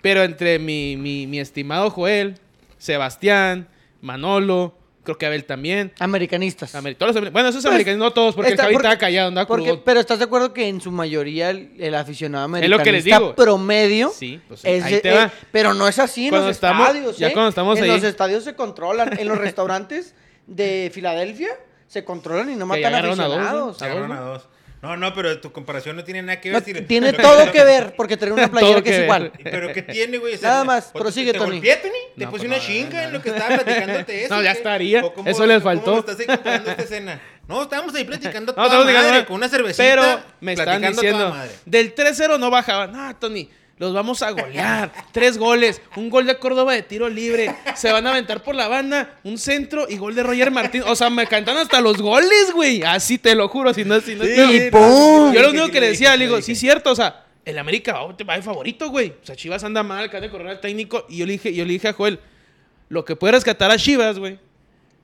Pero entre mi, mi, mi estimado Joel, Sebastián, Manolo, creo que Abel también. Americanistas. Ameri- todos los amer- bueno, esos Pues, americanos, no todos, porque está- el Javi porque- estaba callado, andaba Porque, crudo. pero estás de acuerdo que en su mayoría el, el aficionado Es lo americanista que les digo. promedio Sí, pues, es ahí de- te va. eh, pero no es así en Cuando los estamos- estadios. ya ¿eh? cuando estamos en ahí. los estadios se controlan. En los restaurantes de Filadelfia se controlan y no Que ya matan agarraron a dos, ¿no? Ah, aficionados. A ¿eh? dos, Agarraron a dos. No, no, pero tu comparación no tiene nada que ver. No, si le- tiene lo que- todo que ver porque traer una playera Todo que que es ver. igual. Pero ¿qué tiene, güey? O Nada más, o te- prosigue, te Tony. golpeé, Tony? Te No, puse pues una no, chinga no, no. en lo que estaba platicándote eso. No, ya ¿qué? estaría. ¿O cómo- Eso les faltó. ¿Cómo me estás ahí comparando esta escena? No, estábamos ahí platicando No, toda estamos madre, diciendo- con una cervecita. Pero me están platicando toda diciendo, madre. del 3-0 no bajaban. No, Tony, los vamos a golear. Tres goles, un gol de Córdoba de tiro libre. Se van a aventar por la banda, un centro y gol de Roger Martín. O sea, me cantaron hasta los goles, güey. Así te lo juro, si no, si no. Sí, no. Y sí, ¡pum! sí, Yo lo sí, único sí, que le sí, decía, sí, le digo, dije. sí, cierto, o sea, el América va va de favorito, güey. O sea, Chivas anda mal, acaba de correr al técnico. Y yo le dije, yo le dije a Joel, lo que puede rescatar a Chivas, güey,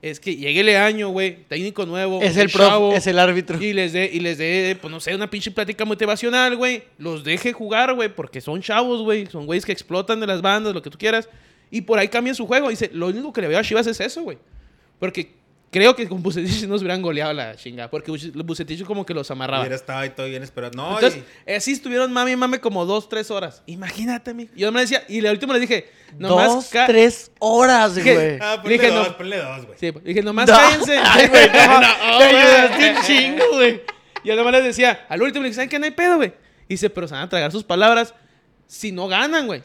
es que llegue el año, güey, técnico nuevo. Es un el prof, chavo, es el árbitro. Y les dé, y les dé, pues no sé, una pinche plática motivacional, güey. Los deje jugar, güey, porque son chavos, güey. Son güeyes que explotan de las bandas, lo que tú quieras. Y por ahí cambia su juego. Dice, lo único que le veo a Chivas es eso, güey. Porque creo que con Bucetich nos hubieran goleado la chinga. Porque Bucetich como que los amarraba. Hubiera estado ahí todo bien esperado. No, Entonces, y- así estuvieron mami y mame como dos, tres horas. Imagínate, mi. Yo me decía, y al último le dije, nomás. Dos, ca- tres horas, Dije- güey. Ah, ponle dije, dos, no. ponle dos, güey. Sí, le dije, nomás No. cállense. Ay, güey, no, No, te güey. ayudaste un chingo, güey. Y yo nomás les decía, al último le dije, ¿saben qué? No hay pedo, güey. Y dice, pero se van a tragar sus palabras si no ganan, güey.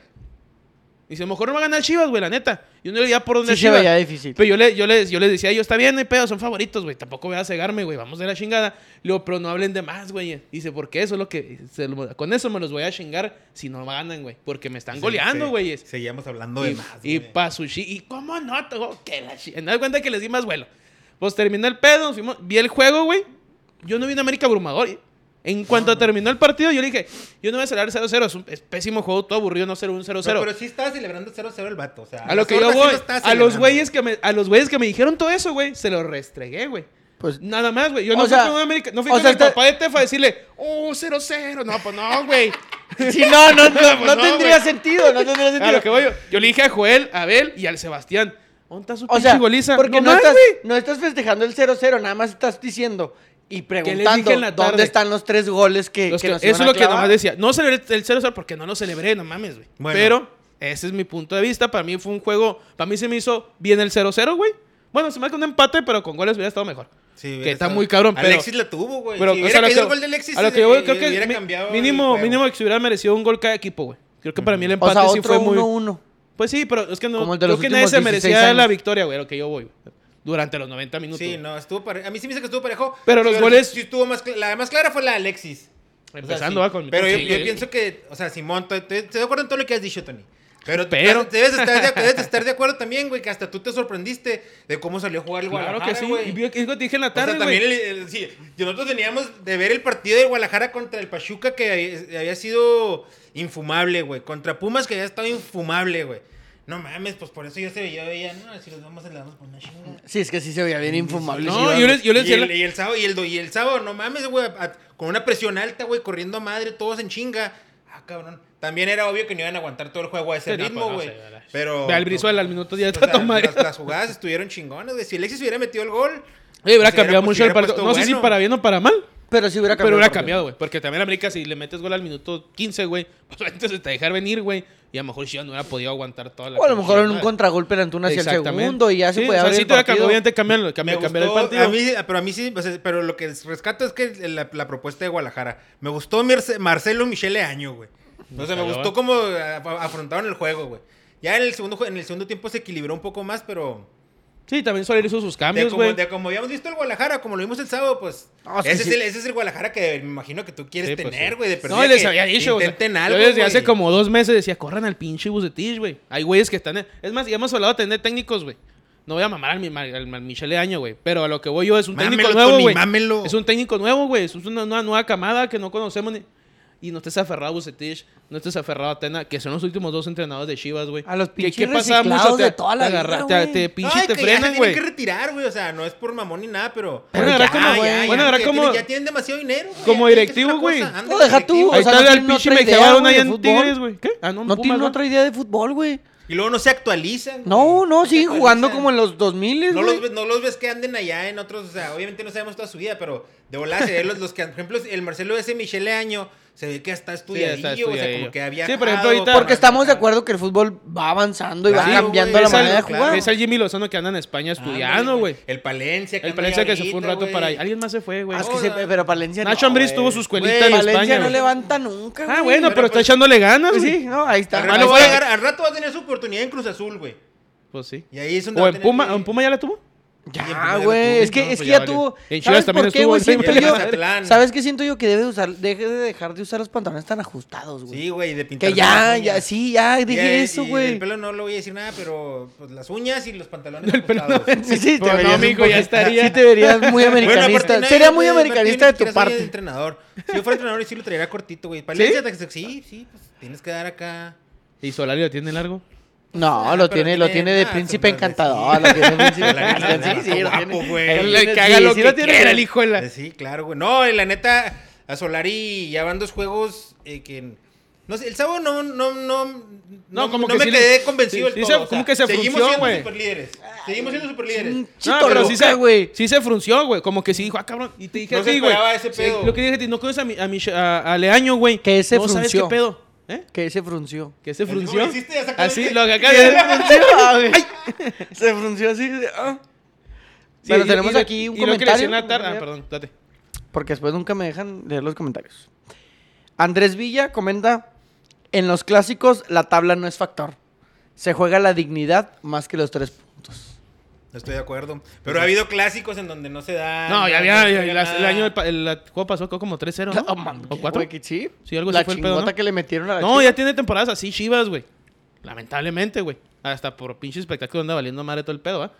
Dice, a lo mejor no va a ganar Chivas, güey, la neta. Yo no le veía por dónde Sí a se Chivas. veía difícil. Pero yo, le, yo, les, yo les decía, yo está bien, no hay pedo, son favoritos, güey. Tampoco voy a cegarme, güey. Vamos de la chingada. Le digo, pero no hablen de más, güey. Dice, porque eso es lo que. se lo- con eso me los voy a chingar si no ganan, güey. Porque me están goleando, Sí, güey. Seguíamos hablando de Y, más, y güey. pa' sushi. ¿Y cómo no? Tengo que la chi- Me doy cuenta que les di más vuelo. Pues terminó el pedo, nos fuimos- vi el juego, güey. Yo no vi un América abrumador. eh. En cuanto terminó el partido, yo le dije, yo no voy a cerrar 0-0. Es un es pésimo juego, todo aburrido, no 0-1-0-0. No, pero sí estaba celebrando 0-0 el vato. O sea, A lo las que yo horas sí voy, lo estaba a los celebrando. güeyes que me, a los güeyes que me dijeron todo eso, güey, se lo restregué, güey. Pues- nada más, güey. Yo O no fui sea- con América, no fui o con sea, el te- papá de Tefa a decirle, "Oh, 0-0." No, pues no, güey. Si no, no, no, Pues no no, tendría güey. sentido, no tendría sentido. A lo que voy yo. Yo le dije a Joel, a Abel y al Sebastián, "¿Dónde está su O sea, pinche goliza?" porque no, hay, estás, güey. no estás festejando el 0-0, nada más estás diciendo y preguntando dije en la dónde tarde? están los tres goles que, Los que que- nos eso iban es a lo que clavar. nomás decía. No celebré el 0-0 porque no lo celebré, no mames, güey. Bueno. Pero ese es mi punto de vista. Para mí fue un juego. Para mí se me hizo bien el 0-0, güey. Bueno, se marca un empate, pero con goles hubiera estado mejor. que Sí, hubiera está estado- muy cabrón, pero. Alexis la tuvo, güey. pero si o hubiera sea, a lo caído que- el gol de Alexis, a lo que yo eh, creo que hubiera mi- cambiado el mínimo, juego. mínimo que se hubiera merecido un gol cada equipo, güey. Creo que para mí el O empate sea, sí otro fue muy. 1-1. Pues sí, pero es que no. Como el de Creo los que nadie se últimos 16 merecía la años. victoria, güey, a lo que yo voy. güey. Durante los 90 minutos. Sí, güey. no, estuvo parejo. A mí sí me dice que estuvo parejo. Pero los goles- sí estuvo más cl- la más clara fue la de Alexis. O sea, Empezando, sí. va, con mi- Pero yo, Sí, yo güey. pienso que, o sea, Simón, te, te- te de acuerdo en todo lo que has dicho, Tony. Pero, Pero- pero... debes, estar de, debes estar de acuerdo también, güey, que hasta tú te sorprendiste de cómo salió a jugar el Claro que Guadalajara, sí. güey. Y vi- es lo que te dije en la O sea, tarde, güey. también el- el- sí, y nosotros teníamos de ver el partido de Guadalajara contra el Pachuca que había- había sido infumable, güey. Contra Pumas que había estado infumable, güey. No mames, pues por eso yo se veía, veía, no, si los vamos, le damos por una chinga. Sí, es que sí se veía bien infumable. No, Chivas, yo güey. les- yo les y, decía el, la- y el sábado, y el, do- y el sábado, no mames, güey, a- con una presión alta, güey, corriendo a madre, todos en chinga. Ah, cabrón. También era obvio que no iban a aguantar todo el juego a ese Sí, no, ritmo, pues, no güey. sé, ¿verdad? pero. Ve al Brizuela al minuto 10 o está sea, tomando. las, las jugadas estuvieron chingonas, güey. Si Alexis hubiera metido el gol. Oye, hubiera pues, cambiado pues, mucho el hubiera partido. No puesto sé si bueno. para bien o para mal. Pero sí hubiera cambiado. Pero el hubiera partido. cambiado, güey. Porque también América, si le metes gol al minuto 15, güey, pues antes de te dejar venir, güey. Y a lo mejor Chivas no hubiera podido aguantar toda la. O a lo mejor en un pinche contragolpe era Antuna hacia el Exactamente. segundo y ya se Sí, podía o sea, abrir sí el te hubiera partido. cambiado, obviamente cambiarlo, cambiar, Me cambiar el gustó, partido. a mí- pero a mí sí, o sea, pero lo que rescato es que la, la propuesta de Guadalajara. Me gustó Merce- Marcelo Michele Año, güey. Mm, O sea, me Calor. gustó cómo eh, a- a- afrontaron el juego, güey. Ya en el segundo jue- en el segundo tiempo se equilibró un poco más, pero Sí, también Solari hizo sus De cambios, como, güey. de como habíamos visto el Guadalajara, como lo vimos el sábado, pues. No, es que ese, sí. es el, ese es el Guadalajara que me imagino que tú quieres Sí, pues, tener, sí. güey. de No, y perdida les que había dicho, o sea, Intenten yo algo. desde güey. hace como dos meses decía, corran al pinche Bucetich, güey. Hay güeyes que están... en- Es más, ya hemos hablado de tener técnicos, güey. No voy a mamar al, mi- al- al Michele Año, güey. Pero a lo que voy yo es un técnico Mámelo, nuevo, Tony, güey. mámelo. Es un técnico nuevo, güey. Es una, una nueva camada que no conocemos ni... Y no estés aferrado a Bucetich, no estés aferrado a Tena, que son los últimos dos entrenadores de Chivas, güey. A los Que- pinches que pasaba reciclados mucho, te- de toda la te agarra- vida, te- güey. te pinche Ay, te que ya se frenan, tienen güey. que retirar, güey. O sea, no es por mamón ni nada, pero. Bueno, ya, era como- ya, ya, bueno, era que como- tienen- Ya tienen demasiado dinero, güey. como ya tienen que hacer directivo, otra güey. cosa. Ándale, No, deja tú, directivo. o Ahí sea, está no el tienen pinche otra idea, Mejevaron güey, ahí de en fútbol. Tigres, güey. ¿Qué? Ah, no, en No Pumas, tienen ¿no? otra idea de fútbol, güey. Y luego no se actualizan. No, güey. no, se siguen jugando actualizan. como en los 2000, No los, güey. ves, no los ves que anden allá en otros, o sea, obviamente no sabemos toda su vida, pero de volada se ve los, los que, por ejemplo, el Marcelo ese Michele Año, se ve que está estudiadillo, está o sea, estudiadillo. como que había Sí, por ejemplo, ahorita- Porque estamos de acuerdo que el fútbol va avanzando y va Claro, cambiando güey, la Es al- manera de claro. jugar. Es el Jimmy Lozano que anda en España estudiando, güey. El Palencia. El anda Palencia ahí que se fue un ahorita, rato para ahí. güey. Alguien más se fue, güey. Ah, es que No, se- da- pero Palencia Nacho no, Ambriz güey. tuvo su escuelita Güey, en Valencia España. no güey. levanta nunca, Ah, bueno, pero, Pero está pues- echándole ganas, Pues güey. sí, no, ahí está. Al, Ah, rato no, va a güey. llegar- al rato va a tener su oportunidad en Cruz Azul, güey. Pues sí. Y ahí es donde O va a en tener Puma, que- ¿en Puma ya la tuvo? Ya, güey, es No, que, es pues que ya ya valió. tuvo... En Chivas ¿Sabes también por qué, estuvo güey? el Siento Pepe yo... Mazatlán. ¿Sabes qué siento yo? Que debe de usar... Deje de dejar de usar los pantalones tan ajustados, güey. Sí, güey, de pintar. Que ya, ya, sí, ya, dije eso, El güey. pelo no le voy a decir nada, pero pues, las uñas y los pantalones ajustados. Sí, sí, te Pues no, verías un mijo, ya poco- estaría. Sí, te verías muy Bueno, aparte, americanista. nadie, Sería güey, muy Martín, americanista de ni tu siquiera soy parte. entrenador. Si yo fuera entrenador, sí lo traería cortito, güey. Palencia, hasta que se- ¿Sí? sí, pues tienes que dar acá. ¿Y Solari lo tiene largo? No, Ah, lo pero tiene, lo tiene- tiene de ah, príncipe son las de- encantador, sí. lo tiene de príncipe La neta, encantador. la Sí, sí, neta, lo guapo, tiene. güey. Ahí Que lo tiene, sí, sí lo tiene. hijo de Eh, Sí, claro, güey. No, y la neta, a Solari ya van dos juegos eh, que. No sé, el sábado no, no, no, no, como no que me sí le- quedé convencido sí, del sí todo. se- o como sea, que se Seguimos frunció, siendo güey. superlíderes. Seguimos siendo superlíderes. No, Chito pero sí loca, se, güey. sí se frunció, güey. Como que sí dijo, ah, cabrón. Y te dije No así, se güey. esperaba ese Sí, pedo. Lo que dije, a ti, no conoces a, mi, a, mi, a, a Leaño, güey. Que se no sabes qué frunció. pedo. ¿Eh? Que se frunció. Que se Así como frunció. lo hiciste, ya sacó Así, el- lo que acá Se frunció, Ah, güey. Se frunció así. de, ah. Sí, Bueno, y- tenemos y- aquí un y lo que le comentario. decían a Tar- Ah, perdón, date. Porque después nunca me dejan leer los comentarios. Andrés Villa comenta: En los clásicos, la tabla no es factor. Se juega la dignidad más que los tres puntos. No estoy de acuerdo. Pero ha habido clásicos en donde no se da. No, Ah, ya se había. ya- juega las- el nada. año del pa- el, la- juego pasó quedó como 3-0, ¿no? Oh, man, ¿O qué 4? güey, que Sí, Sí, algo así La fue el pedo, chingota ¿no? que le metieron a la No, Chivas. ya tiene temporadas así, Chivas, güey. Lamentablemente, güey. Hasta por pinche espectáculo anda valiendo madre todo el pedo, ¿ah?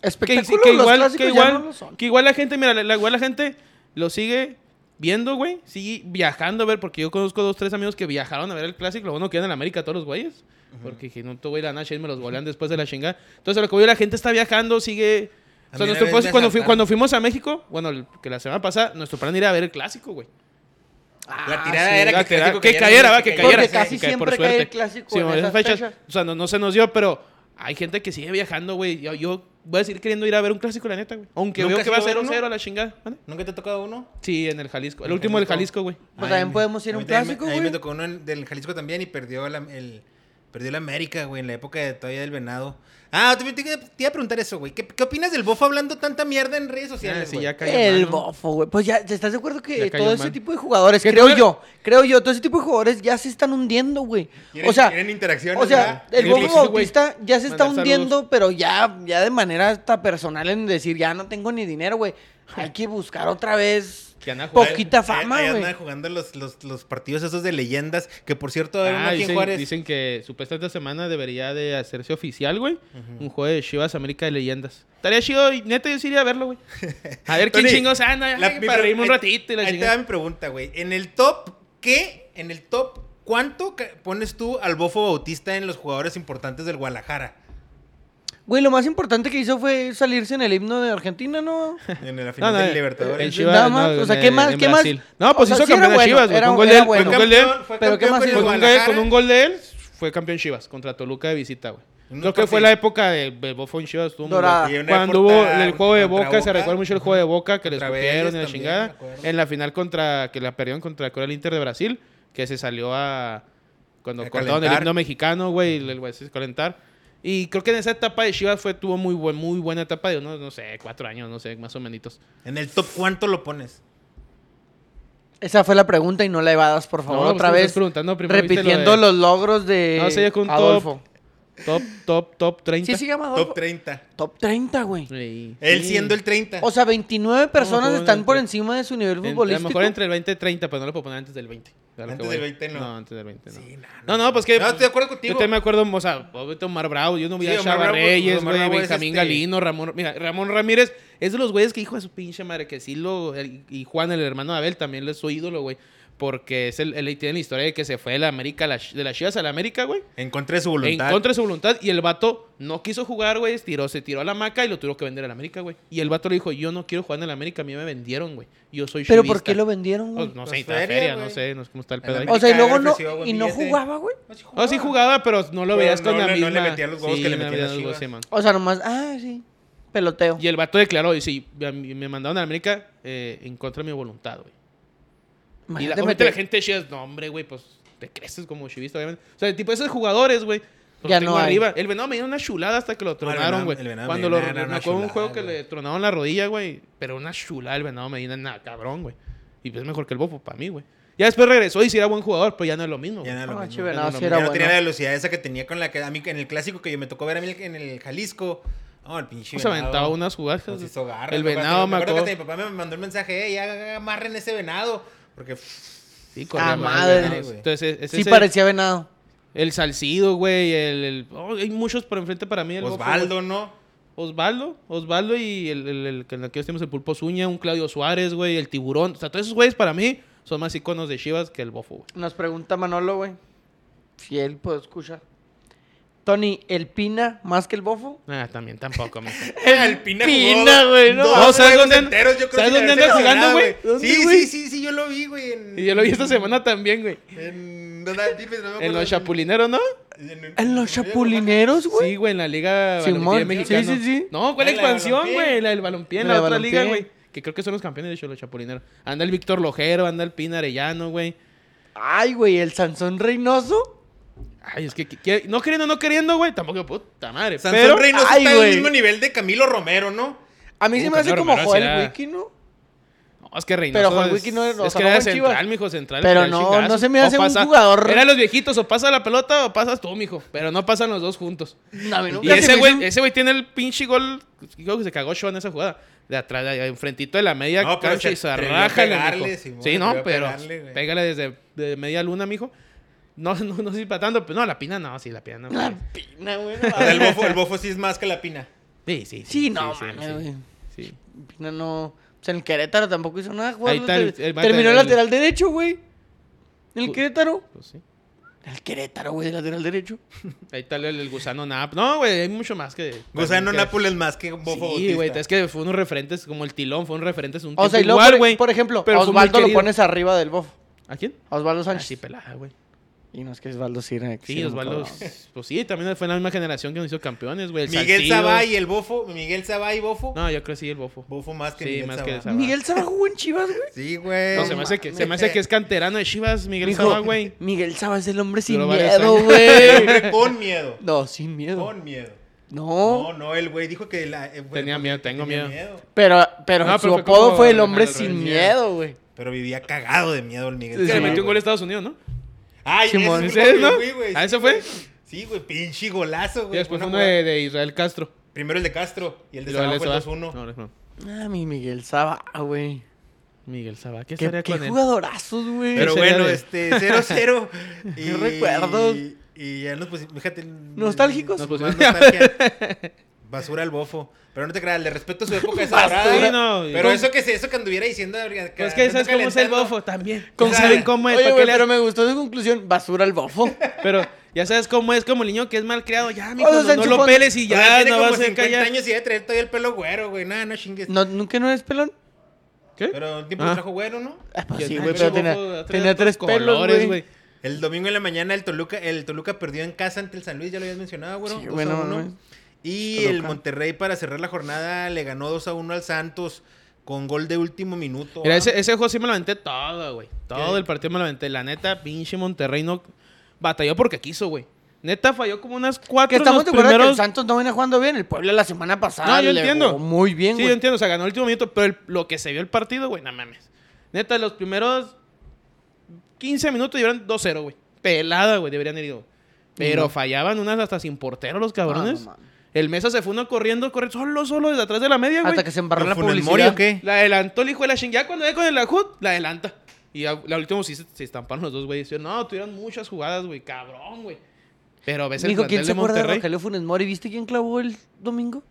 Que, Espectáculo, que igual, los clásicos que, ya igual, no lo son. que igual la gente, mira, la, la- igual la gente lo sigue viendo, güey. Sigue viajando a ver, porque yo conozco dos, tres amigos que viajaron a ver el clásico. Lo bueno que en América todos los güeyes. Porque dije, no te voy a ir a Nash y me los golean después de la chingada. Entonces, a lo que voy, la gente está viajando, sigue. A O sea, mí nuestro una vez propósito- cuando, me fui- asaltaron. cuando fuimos a México, bueno, el- que la semana pasada, nuestro plan era ir a ver el clásico, güey. La tirada sí, Ah, era la que, el tirada- clásico que cayera, va, que cayera. cayera. Porque casi que cae siempre cae el clásico Sí, en bueno, esas esas fechas, fechas. O sea, no, no se nos dio, pero hay gente que sigue viajando, güey. Yo, yo voy a seguir queriendo ir a ver un clásico, la neta, güey. Aunque ¿Nunca veo has que va ido a ver 0-0 uno? a la chingada. ¿Vale? ¿Nunca te ha tocado uno? Sí, en el Jalisco. El En último del Jalisco, Jalisco. güey. Pues también podemos ir a un mí también clásico, me- A mí güey. me tocó uno en- del Jalisco también y perdió la, el, perdió la América, güey, en la época de, todavía del Venado. Ah, te, te- te iba a preguntar eso, güey. ¿Qué, qué opinas del bofo hablando tanta mierda en redes sociales, Ah, sí, güey? ya cayó El mano. bofo, güey. Pues ya, ¿te ¿estás de acuerdo que Ya cayó todo ese mal. tipo de jugadores, Que creo tú- yo, creo yo, todo ese tipo de jugadores ya se están hundiendo, güey? Quieren- O sea, quieren interacciones, o sea, ¿verdad? el Quieren Bofo interacciones, Bautista ya se está Mandar hundiendo, pero ya, ya de manera hasta personal en decir, ya no tengo ni dinero, güey. Hay que buscar otra vez Que anda a jugar. poquita pues, Ahí- ahí fama, andan güey. jugando los, los, los partidos esos de leyendas, que por cierto, va a haber uno Ah, aquí en dicen, Juárez. dicen que supuestamente esta semana debería de hacerse oficial, güey. Un juego de Chivas América de Leyendas. Estaría chido y neta yo sí iría a verlo, güey. A ver quién Tony, chingos ah, anda. la- ay, mi para pre- reírme un ahí- ratito y la Ahí te chingada. va mi pregunta, güey. En el top, ¿qué? En el top, ¿cuánto ca- pones tú al bofo Bautista en los jugadores importantes del Guadalajara? Güey, lo más importante que hizo fue salirse en el himno de Argentina, ¿no? En la final No, no, del eh, Libertadores. en Chivas, Nada más, no, o sea, en- ¿qué más- en qué más? Brasil. No, pues O sea, hizo sí era campeón de bueno, Chivas, güey. era- Con gol de era él, bueno. con gol de él. fue Pero ¿qué campeón más con el hizo? Con un, gol, Guadalajara. con un gol de él fue campeón Chivas contra Toluca de visita, güey. Un Creo que fue partido. la época de de Bofón Chivas. estuvo muy Dorada. buena. Y una Cuando hubo época el juego de contra Boca, se Boca. recuerda mucho el juego de Boca que les Contra escupieron y Vélez la también, chingada. me acuerdo. En la final contra que la perdieron contra Corea del Inter de Brasil, que se salió a cuando A cortaron el calentar. himno mexicano, güey, el el güey se calentar. Y creo que en esa etapa de Chivas fue tuvo muy buen, muy buena etapa de unos no sé, cuatro años, no sé, más o menos. En el top, ¿cuánto lo pones? Esa fue la pregunta y no la evadas, por favor, No, pues, otra tú me vez. estás preguntando primero, ¿viste lo repitiendo de- los logros de No, sí, con un Adolfo. top. Top, top, top 30. Sí, se llama Adolfo. Top 30. Top 30, güey. Sí. Él Sí. siendo el 30. O sea, 29 no, personas no, están no. por encima de su En- nivel a lo futbolístico. mejor entre el 20 y 30, pero no lo puedo poner antes del 20. A lo que Antes voy. del 20 no. No, antes del 20 no. Sí, nah, No, no, pues que. No, estoy de acuerdo Yo contigo. también me acuerdo, o sea, obviamente Omar Bravo, yo no vi Sí, a Omar Chava Bravo, Reyes, Omar güey, Bravo es Benjamín este- Galino, Ramón, mira, Ramón Ramírez, es de los güeyes que hijo de su pinche madre, que sí lo, el- y Juan, el hermano de Abel, también es su ídolo, güey, porque es el, él tiene la historia de que se fue de la América, a la- de las Chivas a la América, güey, En contra de su en voluntad. contra de su voluntad, y el vato no quiso jugar, güey, tiró, se tiró a la maca y lo tuvo que vender a la América, güey, y el vato le dijo, yo no quiero jugar en la América, a mí me vendieron, güey, yo soy Pero ¿por chivista". qué lo vendieron, Oh, güey? No Pues sé, y feria, feria, feria güey. no sé, no sé cómo está el En pedo ahí. la O sea, y luego América no, ofreció buen y no billete. jugaba, güey. No, sí jugaba. No, sí jugaba, pero no lo Pero veías no con la le- no misma. le metía los huevos Sí, que le no metían metía las los huevos, Chivas. sí, man. O sea, nomás, ah, sí, peloteo. Y el vato declaró, dice, "Y a mí- me mandaron a América eh, en contra de mi voluntad, güey. Y la, Imagínate obviamente la meter- gente de Chivas, no, hombre, güey, pues te creces como chivista, obviamente. O sea, el tipo de esos jugadores, güey. los Ya tengo no hay. arriba. El venado me dio una chulada hasta que lo tronaron, Venado- güey. el Venado Cuando lo Medina me era una acuerdo de un chulada, juego que güey. le tronaron la rodilla, güey. Pero una chulada el venado Medina, nada, cabrón, güey. Y pues es mejor que el bofo para mí, güey. Ya después regresó y sí era buen jugador, pero ya no es lo mismo. Ya güey. no era lo Ah, mismo. chive, era no, lo sí mismo. era Ya no tenía la bueno. velocidad esa que tenía con la que a mí en el clásico que yo me tocó ver a mí en el Jalisco. No, el pinche Pues Se aventaba venado. unas jugadas. Nos hizo garra. el Me acuerdo venado que- me me acuerdo que acuerdo. hasta mi papá me mandó el mensaje, "Ey, ya amarren ese venado. Porque pff, Sí, corría Ah, mal, madre. güey. Entonces, es Sí ese- parecía venado. El Salcido, güey. El, el- oh, hay muchos por enfrente para mí. el Bofo, güey. Osvaldo, ¿no? Osvaldo. Osvaldo y el, el, el que en aquellos tiempos el Pulpo Zuña, un Claudio Suárez, güey, el Tiburón. O sea, todos esos güeyes para mí son más iconos de Chivas que el Bofo, güey. Nos pregunta Manolo, güey. Si él puede escuchar. Tony, ¿el Pina más que el Bofo? Ah, también tampoco, mijo. El Pina Pina, güey, no. No, ¿sabes ¿sabes dónde- dónde enteros, yo creo ¿sabes que dónde debe anda ser jugando, Senado, güey? ¿Dónde, Sí, güey? sí, sí, sí, yo lo vi, güey. En, Y yo lo vi esta semana también, güey. En, no, no, dime, no me acuerdo. En los Chapulineros, ¿no? en- ¿En los chapulineros, güey? Sí, güey, en la Liga Simón, Balompié sí, Mexicana. sí, sí. No, ¿cuál Ah, la de expansión, Balompié. güey? La del Balompié, en La la, de otra liga, Balompié. güey. Que creo que son los campeones de hecho, los Chapulineros. Anda el Víctor Lojero, anda el Pina Arellano, güey. Ay, güey, ¿el Sansón Reynoso? Ay, es que, que- que- no queriendo, no queriendo, güey. Tampoco, puta madre. Sansón pero, Reynoso ay, está al güey. mismo nivel de Camilo Romero, ¿no? A mí Uh, se me hace Camilo como Romero Joel será- Wiki, ¿no? No, es que Reynoso. Pero Juan es- Wiki no era- o Es sea, que no era fue en central, Chivas. mijo, central. Pero era el no, chingazo. no se me O hace un jugador. Era los viejitos, o pasa la pelota o pasas tú, mijo. Pero no pasan los dos juntos. No, a mí nunca Y se me ese hizo güey, un- ese güey tiene el pinche gol. Creo que se cagó Show en esa jugada. De atrás, de- enfrentito de la media No, pero cancha y se se atrevió a rájale, pegarle, mijo. Simón, se Sí, no, atrevió a pero pegarle, güey. pégale desde de media luna, mijo. No, no, no estoy patando, pero no, la pina no, sí, la pina no. La Pina, güey. no O sea, el mames. bofo, el bofo sí es más que la pina. Sí, sí. Sí, no, sí, mames, sí, güey. sí. Pina no. O sea, en el Querétaro tampoco hizo nada, güey. Ahí está el- el bate Terminó del- el lateral derecho, güey. En el Ju- Querétaro. Pues sí. El Querétaro, güey, de lateral derecho. Ahí está el, el gusano Nap. No, güey, hay mucho más que. Gusano que- Nápoles más que bofo. Sí, güey, Bautista. es que fue unos referentes como el Tilón, fue un referente. Es un O sea, y tiempo luego, igual, por- e-, güey. por e- ejemplo, pero a fue muy Osvaldo lo querido. pones arriba del Bof. ¿A quién? A Osvaldo Sánchez. Así pelada, güey. Y no es que Osvaldo sí era- Ah, Sí, era un Osvaldo. cabrón. Pues sí, también fue en la misma generación que nos hizo campeones, güey. el Miguel Salcido. Sabá y el bofo. Miguel Sabá y bofo. No, yo creo que sí, el bofo. Bofo más que Sí, Miguel más Sabá. que el Sabá. Miguel Saba jugó en Chivas, güey. Sí, güey. No, se me, hace que, se me Eh, hace que es canterano de Chivas, Miguel Mijo, Sabá, güey. Miguel Saba es el hombre sin Duró varios miedo, años. güey. Siempre con miedo. No, sin miedo. Con miedo. No. No, no, el güey dijo que la, eh, güey, Tenía pues, miedo, que tengo tenía miedo. Pero, pero No, su pero fue apodo como fue el hombre Alejandro sin Reyes. miedo, güey. Pero vivía cagado de miedo el Miguel. Que le Sí, metió güey. un gol a Estados Unidos, ¿no? Ay, ese Simón. fue ¿Ese es, el no? que güey, ¿A sí, ese fue? güey. Sí, güey, pinche golazo, Y güey. después Una uno jugada- de, de Israel Castro. Primero el de Castro y el de Y luego Sabá el fue Sabá. 2-1. No, no, no. Ah, mi Miguel Saba, güey. Miguel Sabá, ¿qué Qué, estaría qué con él? jugadorazos, güey. Pero sería bueno, de- este, 0-0. Qué recuerdos. Y ya nos pusimos, fíjate. Nostálgicos. Nos nos pusimos pusimos- nostalgia. Basura al bofo. Pero no te creas, le respeto su época esa dorada. Sí, no, y- pero eso que, se- eso que anduviera diciendo. Que, Pues que sabes cómo es el calentando. bofo también. ¿Cómo saben saben cómo es? Oye, ¿Para qué güey, le pero me gustó su conclusión. Basura al bofo. Pero ya sabes cómo es, como el niño que es malcriado. Ya, mijo, O sea, no- no, Sancho lo Panza- peles y O sea, ya, tiene no como vas a 50 callar. años y debe traer todavía el pelo güero, güey. Nada, no chingues. No, ¿Nunca no eres pelón? ¿Qué? Pero un tiempo Ah. lo trajo güero, ¿no? Ah, pues Que sí, el güey, pinche pero bofo tenía, trae tenía otros tres pelos, güey. El domingo en la mañana el Toluca, el Toluca perdió en casa ante el San Luis, ya lo habías mencionado, güero. Sí, 2 a bueno, 1. mames. Y Toluca. el Monterrey para cerrar la jornada le ganó 2 a 1 al Santos con gol de último minuto. Mira, ah. ese, ese juego sí me lo aventé todo, güey. Todo ¿Qué? el partido me lo aventé. La neta, pinche Monterrey no batalló porque quiso, güey. Neta falló como unas cuatro Que en los estamos de acuerdo que el primeros... Santos no viene jugando bien. El Puebla la semana pasada. No, yo le entiendo. jugó Muy bien, Sí, güey. yo entiendo, o sea, ganó el último minuto, pero el- lo que se vio el partido, güey, no mames. Neta, los primeros 15 minutos llevaron 2-0, güey. Pelada, güey, deberían ir. Pero fallaban unas hasta sin portero los cabrones. Ah, no mames. el Mesa se fue uno corriendo, corriendo solo, solo desde atrás de la media, güey. Hasta que se embarró ¿Lo la Funes publicidad. Mori o qué? La adelantó el hijo de la chingada cuando ve con el ajud, la adelanta. Y ya- la última sí se, se estamparon los dos, güey. Dicieron, No, tuvieron muchas jugadas, güey, cabrón, güey. Pero ves el Mijo, ¿quién plantel se de acuerda de Monterrey. Rogelio Funes Mori? ¿Viste quién clavó el domingo?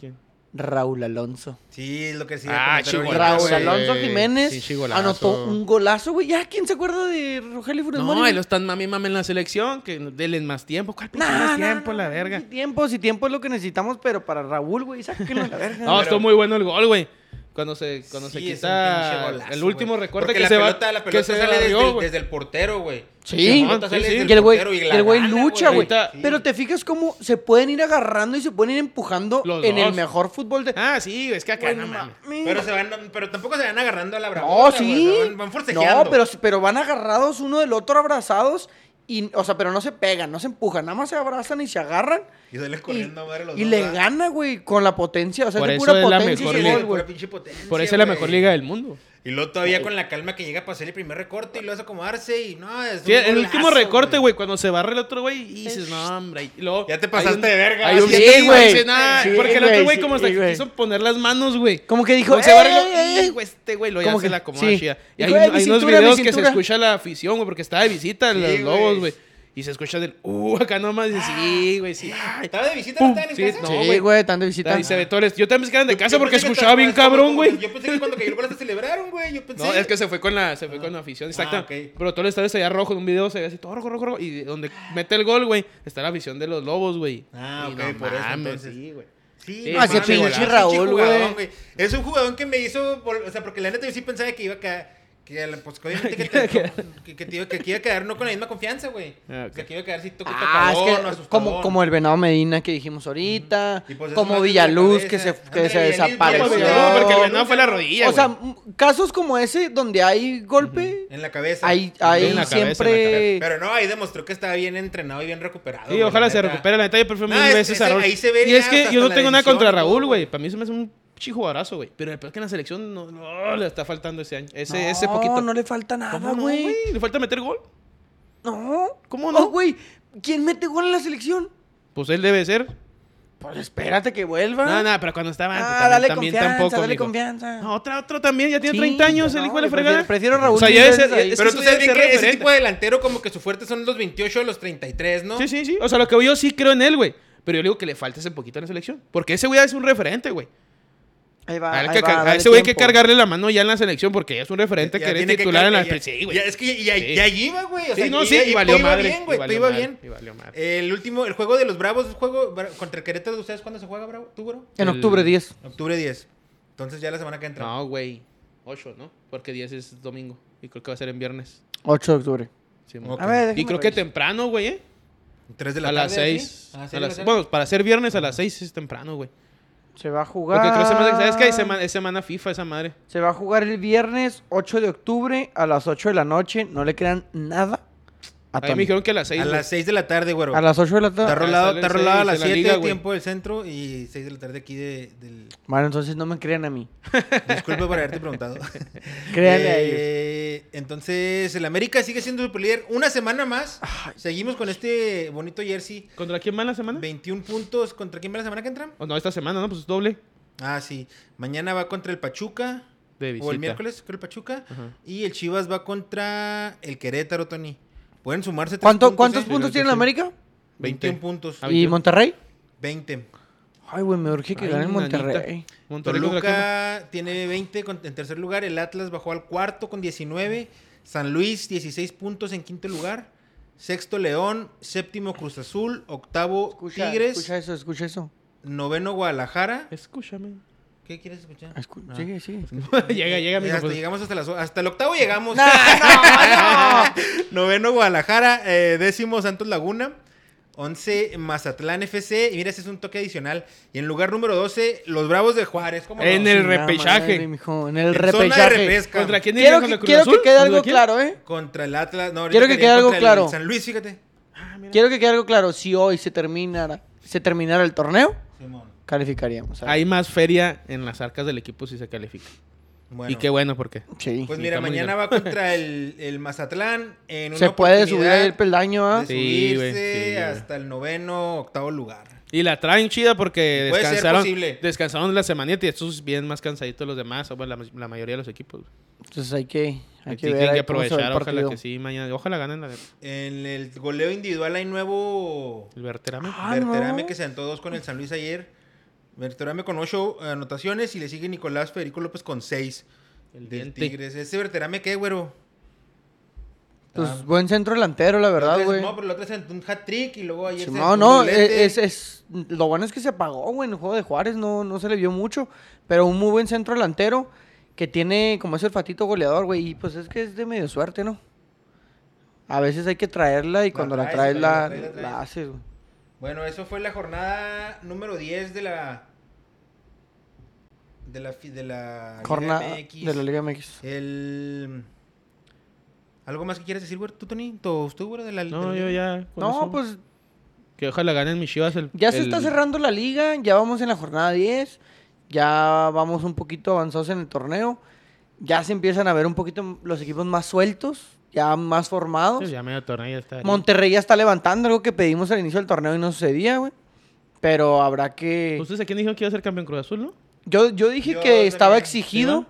¿Quién? Raúl Alonso. Sí, es lo que sí. Ah, Golazo, Raúl güey. Alonso Sí, Jiménez sí, golazo. anotó un golazo, güey. Ya, ¿quién se acuerda de Rogelio Funes Mori? No, ahí lo están mami mami en la selección, que denle más tiempo. ¿Cuál pinche Nah, más nah, tiempo, nah, la nah, verga? sí, Tiempo, si tiempo es lo que necesitamos, pero para Raúl, güey, sáquenlo a la verga. No, güey. estuvo muy bueno el gol, güey. Cuando se, cuando Sí, se es un quita pinche golazo, el último güey. recorte Porque que la se pelota, va. La pelota que se sale desde, barrió, el- güey. desde el portero, güey. Sí, La pelota sale sí, sí. desde y el güey, portero y y la el güey gana, lucha, güey. Ahorita- Pero te fijas cómo se pueden ir agarrando y se pueden ir empujando Los en el dos. mejor fútbol de. Ah, sí, es que acá Güey, no no mames. mames. Pero, se van, pero tampoco se van agarrando a la brava. No, sí. Van, van forcejeando. No, pero, pero van agarrados uno del otro, abrazados. Y, o sea, pero no se pegan, no se empujan, nada más se abrazan y se agarran. Y salen Y, corriendo a ver a los y dos, le ¿verdad? gana, güey, con la potencia. O sea, Por es de eso pura es la potencia. mejor ese liga. gol, güey. Pura pinche potencia, Por eso es la güey. mejor liga del mundo. Y luego todavía con la calma que llega para hacer el primer recorte y luego acomodarse y no, es un Sí, el golazo, último recorte, güey, cuando se barre el otro, güey, y dices, no, hombre. Y luego, Ya te hay pasaste un- de verga. Hay un Sí, sí, güey. güey. dice, nah, Sí, porque el otro güey, güey, sí, como hasta güey. quiso poner las manos, güey. Como que dijo, Como se barre, y "Ey, ey, luego, ey". hijo, este güey, lo ya Como se que- la acomoda sí. chida. Y Y hay, güey, hay mi unos cintura, mi videos que se cintura. escucha la afición, güey, porque está de visita Sí, los güey. lobos, güey. Y se escucha del, uh, acá nomás, dice, sí, güey, sí. ay, ¿Estaba de visita? Pum, ¿No estaban en sí, casa? no, Sí, güey, tan de visita. Y se ve todo el- Yo también pensé que eran de Yo- casa yo porque pensé que escuchaba estaba- bien estaba cabrón, como- güey. Yo pensé que cuando cayó el gol se celebraron, güey. Yo pensé. No, es que se fue con la, se fue con la afición, exacto. Ah, ok. Pero todo el estadio se veía rojo en un video, se veía así todo rojo, rojo, rojo. Y donde mete el gol, güey, está la afición de los lobos, güey. Ah, Y ok, no por eso mames, entonces. sí, pues, güey. Sí, Sí, no ah, mames, qué güey, pinche pinche Raúl, jugadón, güey. Es un jugadón que me hizo, vol- o sea, porque la neta yo sí pensaba que iba a quedar, que, la- pues, que obviamente que, te- que, que te iba- que aquí iba a quedar no con la misma confianza, güey. Ah, ok. O sea, que iba a quedar así toco Ah, es tocadón, que asustadón. como, como el Venado Medina que dijimos ahorita, Y pues eso como más de Villaluz la que se, cabeza. que se Ándale, Villaluz, No, desapareció. porque- Pareció. no, porque el venado fue la rodilla, o sea, güey. Ah, m- casos como ese donde hay golpe, En la cabeza. hay, en hay la cabeza, en la siempre... Pero no, ahí demostró que estaba bien entrenado y bien recuperado. Sí, güey, ojalá la se neta. recupere la neta. Yo prefiero No, mil es- veces a ese- Raúl. ahí se ve y ya es que hasta yo no la tengo nada decisión contra y todo, Raúl, güey. güey. Para mí se me hace un chijugadorazo, güey. Pero el peor es que en la selección no, no, le está faltando ese año. Ese, ese no, poquito. no le falta ¿Cómo nada, no, güey. Le falta meter gol. No. ¿Cómo no? Oh, güey, ¿quién mete gol en la selección? Pues él debe ser. Pues espérate que vuelva. No, no, pero cuando estaba. antes Ah, también, dale también confianza, tampoco, dale mijo. confianza. No, otra, otro también. Ya tiene Sí, 30 años el no, hijo de la yo prefiero- fregada. prefiero a Raúl O sea, mil ya ese- eh, veces ahí. es que Pero eso tú ya sabes es ser bien que ese referente. tipo de delantero como que su fuerte son los 28 o los 33, ¿no? Sí, sí, sí. O sea, lo que yo sí creo en él, güey. Pero yo le digo que le falta ese poquito en la selección. Porque ese güey es un referente, güey. Ahí va, A, él ahí que- va, a dale ese güey hay que tiempo. cargarle la mano ya en la selección porque ya es un referente Ya que tiene eres titular en la. ya- sí, ya- Es que ya, ya- Sí. ya iba, güey. O sea, Sí, no, ya- sí, ya- y valió todo iba madre. bien, güey. y todo valió iba madre, bien. Eh, y valió madre. El último, el juego de los Bravos, el juego bra- contra el Querétaro de ustedes, ¿cuándo se juega, Bravo? ¿Tú, bro? En el- octubre 10. Octubre 10. Entonces ya la semana que entra. No, güey. 8, ¿no? Porque 10 es domingo. Y creo que va a ser en viernes. 8 de octubre. Sí, mo. Ok. A ver, Ah, déjame Y creo que revisar. temprano, güey, ¿eh? 3 de la A tarde. las ¿sí? 6. Ah, A sí, de las- la tarde. Bueno, para ser viernes a las 6 es temprano, güey. Se va a jugar. Porque creo que semana- ¿sabes qué? Es semana, es semana FIFA esa madre. Ah, Se va a jugar el viernes 8 de octubre a las 8 de la noche. No le crean nada a A mí me Tony. dijeron que a las 6. A las 6 de la tarde, güero. A las 8 de la Está tarde. rolado, Ah, Sale está rolado a seis las de la 7 liga, güey. tiempo del centro y 6 de la tarde aquí de, del... Bueno, entonces no me crean a mí. Disculpa por haberte preguntado. Créanle a ellos. Eh, Entonces, el América sigue siendo superlíder. Una semana más. Seguimos con este bonito jersey. ¿Contra quién va la semana? 21 puntos. ¿Contra quién va la semana que entra? O no, esta semana, ¿no? Pues es doble. Ah, sí. Mañana va contra el Pachuca. De visita. O el miércoles con el Pachuca. Ajá. Y el Chivas va contra el Querétaro, Tony. Pueden sumarse tres ¿Cuánto- puntos, ¿Cuántos ¿eh? puntos Pero tiene la sí. América? 20. 21 puntos. Ah, ¿Y 21. Monterrey? 20. Ay, güey, me urge que Ay, gane el nanita. Monterrey. Monterrey contra quién Toluca tiene 20 con- en tercer lugar. El Atlas bajó al cuarto con 19. San Luis, 16 puntos en quinto lugar. Sexto León, séptimo Cruz Azul, octavo Escucha, Tigres, escucha eso, escucha eso. noveno Guadalajara. va. Escúchame. ¿Qué quieres escuchar? Escu- Ah. Sigue, sigue. llega, pues. llega, mi Hasta, compa. llegamos hasta, las o- hasta el octavo llegamos. No, no, Ah, no. Noveno Guadalajara, eh, décimo Santos Laguna, once Mazatlán FC, y mira, ese es un toque adicional. Y en lugar número 12, los Bravos de Juárez. ¿cómo no? En el Chingada repechaje. madre, mijo, En el En zona de repechaje. repesca. ¿Contra quién Quiero irían? ¿Contra que, Cruz quiero que Azul? quede ¿Contra algo quién? claro, ¿eh? Contra el Atlas. No, ahorita Quiero que quería quede algo contra el claro. San Luis, fíjate. Ah, Quiero que quede algo claro. Si hoy se terminara, se terminara el torneo, calificaríamos. Hay más feria en las arcas del equipo si se califica. Bueno. Y qué bueno, porque. Sí. Pues Sí, mira, está muy mañana bien. va contra el, el Mazatlán en una Se puede subir ahí el oportunidad peldaño, ¿ah? de Sí, güey, subirse sí, güey. hasta el noveno, octavo lugar. Y la traen chida porque Puede ser descansaron. posible. Descansaron la semanita y estos vienen más cansaditos los demás, o bueno, la, la mayoría de los equipos. Entonces hay que, hay que tienen ver que ahí cómo se va el aprovechar, ojalá partido. que sí, mañana. Ojalá ganen la de En el goleo individual hay nuevo el Berterame. Ah, Berterame no. que se anotó dos con el San Luis ayer. Berterame con ocho anotaciones y le sigue Nicolás Federico López con seis El del diente. Tigres. ¿Ese Berterame qué, güero? Pues Ah. buen centro delantero, la verdad, La otra vez- güey. No, pero la otra se anotó un hat-trick y luego ayer se no, anotó un no, e-, doblete. es, es- lo bueno es que se apagó, güey, en el juego de Juárez, no, no se le vio mucho, pero un muy buen centro delantero que tiene como ese fatito goleador, güey, y pues es que es de medio suerte, ¿no? A veces hay que traerla y La cuando la traes, traes la, cuando la traes, la la traes. haces, güey. Bueno, eso fue la jornada número 10 de la. De la. fi- De la Liga Jornada MX. de la Liga MX. El. ¿Algo más que quieres decir, güero? ¿Tú, Tony? ¿Tú, tú, güero? De la, de No, la yo liga? ya. con No, eso. pues Que ojalá ganen mis chivas el. ya se el- está cerrando la liga, ya vamos en la jornada 10, ya vamos un poquito avanzados en el torneo, ya se empiezan a ver un poquito los equipos más sueltos, ya más formados. Ya medio torneo ya está. Monterrey ya está levantando, algo que pedimos al inicio del torneo y no sucedía, güey. Pero habrá que... ¿Ustedes a quién dijeron que iba a ser campeón Cruz Azul, no? Yo, yo dije Yo que estaba también. exigido. ¿Sí,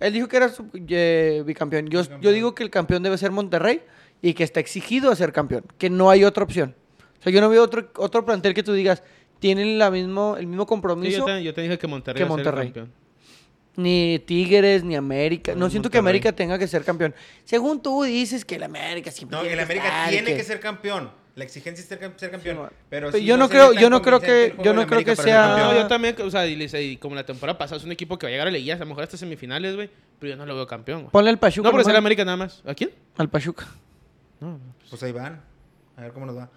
Él dijo que era su- eh, bicampeón. Yo, yo Bicampeón. digo que el campeón debe ser Monterrey y que está exigido a ser campeón, que no hay otra opción. O sea, yo no veo otro, otro plantel que tú digas, tienen la mismo, el mismo Sí, yo, compromiso, te, yo te dije que Monterrey que iba a ser Monterrey. campeón. ni Tigres, ni América. No No, siento que Monterrey. América tenga que ser campeón. Según tú dices que el América siempre No, tiene el que América estar y tiene que ser campeón. La exigencia es ser, cam- ser campeón. Sí, bueno. pero Pero sí, yo no se ve creo- tan yo no creo convincente que- el juego yo del no creo que para ser sea- No, campeón. yo también, o sea, y les- y como la temporada pasada es un equipo que va a llegar a liguillas, a lo mejor hasta semifinales, güey, pero yo no lo veo campeón, güey. Ponle al Pachuca. No, pero es el nomás. América nada más. ¿A quién? Al Pachuca. No, Pues ahí van. A ver cómo nos va.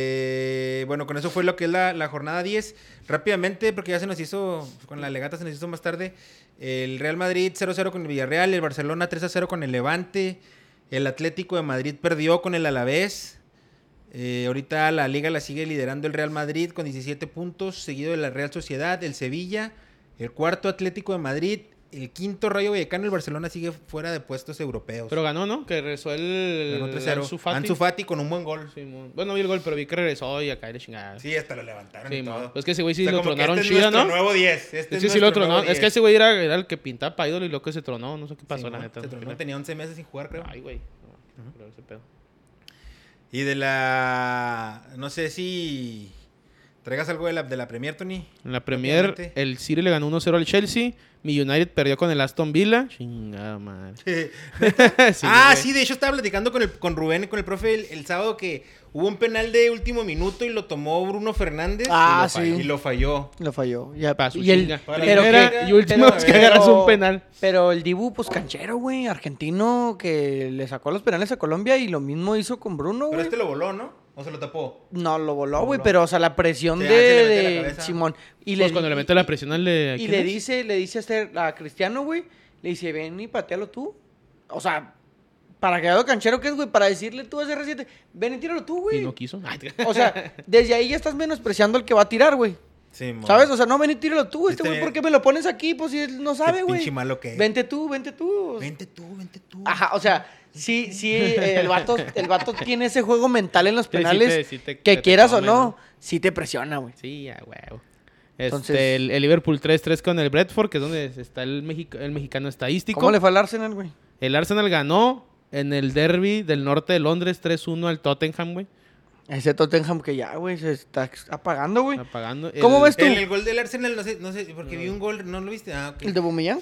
Eh, bueno, con eso fue lo que es la, la jornada 10. Rápidamente, porque ya se nos hizo, con la legata se nos hizo más tarde. El Real Madrid 0-0 con el Villarreal, el Barcelona 3-0 con el Levante, el Atlético de Madrid perdió con el Alavés. Eh, ahorita la liga la sigue liderando el Real Madrid con 17 puntos, seguido de la Real Sociedad, el Sevilla, el cuarto Atlético de Madrid, el quinto Rayo Vallecano, el Barcelona sigue fuera de puestos europeos. Pero ganó, ¿no? Que regresó el. Ganó 3-0. Ansu Fati. Ansu Fati con un buen gol. Simón. Bueno, vi el gol, pero vi que regresó y acá la chingada. Sí, hasta lo levantaron y Simón. todo. Pues que ese güey sí O sea, lo como que tronaron este es chida, nuestro ¿no? nuevo 10. Este Es es que sí lo nuestro tronaron. nuevo Es que 10. ese güey era, era el que pintaba para ídolo y lo que se tronó. No sé qué pasó, Simón, la neta. se al tronó, final. tenía 11 meses sin jugar, creo. Ay, güey. No, creo ese pedo. Y de la... No sé si... ¿Traigas algo de la, de la Premier, Tony? En la Premier, Rápidamente. el City le ganó 1-0 al Chelsea. Mi United perdió con el Aston Villa. Chingada madre. Sí, ah, güey. Pues sí, de hecho estaba platicando con, el, con Rubén, con el profe, el, el sábado que hubo un penal de último minuto y lo tomó Bruno Fernández. Ah, y lo falló. sí. Y lo falló. Lo falló. Ya, Pa' su y el, chinga. Para pero la que- chinga. y último pero- es que agarras pero- un penal. Pero el Dibu, pues canchero, güey, argentino, que le sacó los penales a Colombia y lo mismo hizo con Bruno, Pero güey. este lo voló, ¿no? ¿O se lo tapó. No, lo voló, Lo güey, voló. pero, o sea, la presión Sí, de, ah, se le mete la de cabeza. Simón. Y Pues le, cuando le di- mete la presión al de. y ¿quién le es? dice, le dice a, este- a Cristiano, güey, le dice, ven y patealo tú. O sea, para que lo canchero que es, güey, para decirle tú a CR7, ven y tíralo tú, Y güey. no quiso. Ay, te- O sea, desde ahí ya estás menospreciando al que va a tirar, güey. Sí, ¿Sabes? O sea, no ven y tíralo tú, este Este- güey, ¿por qué me lo pones aquí? Pues si él no sabe, güey. pinche malo que es. Vente tú, vente tú. O sea, Vente tú, vente tú. Ajá, o sea, sí, sí, eh, el vato, el vato tiene ese juego mental en los Sí, sí te- penales sí te- que te- te quieras o come, no, ¿no? sí te presiona, güey. Sí, a huevo. Entonces- Este, el, el Liverpool 3-3 con el Bradford, que es donde está el, mexica- el mexicano estadístico. ¿Cómo le fue al Arsenal, güey? El Arsenal ganó en el derby del norte de Londres 3-1 al Tottenham, güey. Ese Tottenham que ya, güey, se está apagando, Ah, güey. Apagando. ¿Cómo el- ves tú? El, el gol del Arsenal, no sé, no sé, porque vi un gol, ¿no lo viste? Ah, ok. ¿El de Bumillán?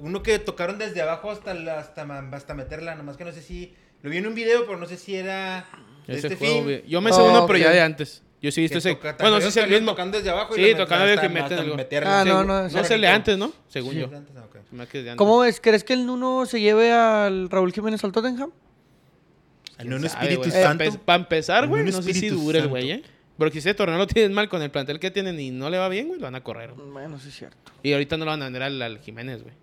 Uno que tocaron desde abajo hasta, la- hasta, ma- hasta meterla, nomás que no sé si... Lo vi en un video, pero no sé si era de Ese este juego, film. güey. Yo me sé Oh, uno, pero ok. ya de antes. Yo sí he que visto ese. toca- bueno, no tocaron- sé si el mismo. Tocando desde abajo Sí, y la- tocando desde hasta- que meten hasta el gol. meterla. Ah, no, Segu- no, no ese es era el de antes, ¿no? Según Sí, yo. antes, ah, ok. Se me hace que es de antes. ¿Cómo ves? ¿Crees que el Nuno se lleve al Raúl Jiménez al Tottenham? En Sabe, un espíritu güey. santo. Eh, Para empezar, güey, Un no sé si espíritu dura el santo. güey, ¿eh? Porque si ese torneo lo tienen mal con el plantel que tienen y no le va bien, güey, lo van a correr. güey. Bueno, sí es cierto. Y ahorita no lo van a vender al, al Jiménez, güey.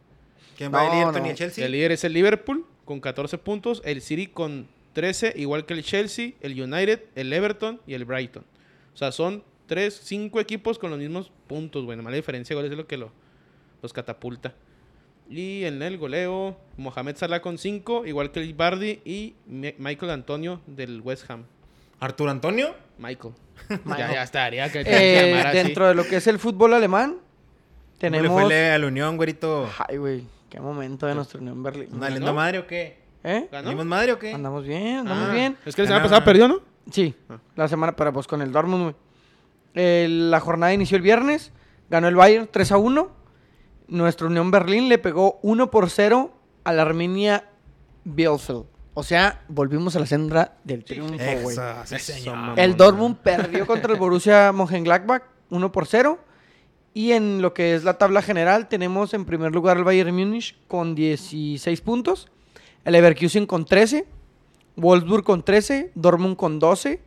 ¿Quién va a ir? No, Anthony no. Chelsea? El líder es el Liverpool con 14 puntos, el City con 13, igual que el Chelsea, el United, el Everton y el Brighton. O sea, son 3, 5 equipos con los mismos puntos, güey. Nomás la diferencia de goles es lo que lo, los catapulta. Y en el goleo, Mohamed Salah con 5, igual que el Bardi y Mi- Michael Antonio del West Ham. Arturo Antonio. Michael. Michael. Ya, ya estaría que te Eh, llamara así. dentro de lo que es el fútbol alemán, ¿Cómo le tenemos. fue le- a la Unión, güerito? Ay, güey, qué momento de nuestra unión Berlín. ¿Una linda ¿Ganó? madre o qué? ¿Eh? ¿Ganó? ¿Dimos madre o qué? Andamos bien, andamos Ah, bien. Es que la semana Ganó, pasada ganó. perdió, ¿no? Sí, Ah. la semana para pues con el Dortmund, güey. Eh, la jornada inició el viernes, ganó el Bayern 3 a 1. Nuestra Unión Berlín le pegó 1 por 0 a la Armenia Bielefeld. O sea, volvimos a la senda del triunfo, güey. Exa, sí, Eso, señor. mamón. El Dortmund perdió contra el Borussia Mönchengladbach 1 por 0. Y en lo que es la tabla general tenemos en primer lugar el Bayern Múnich con 16 puntos, el Leverkusen con 13, Wolfsburg con 13, Dortmund con 12,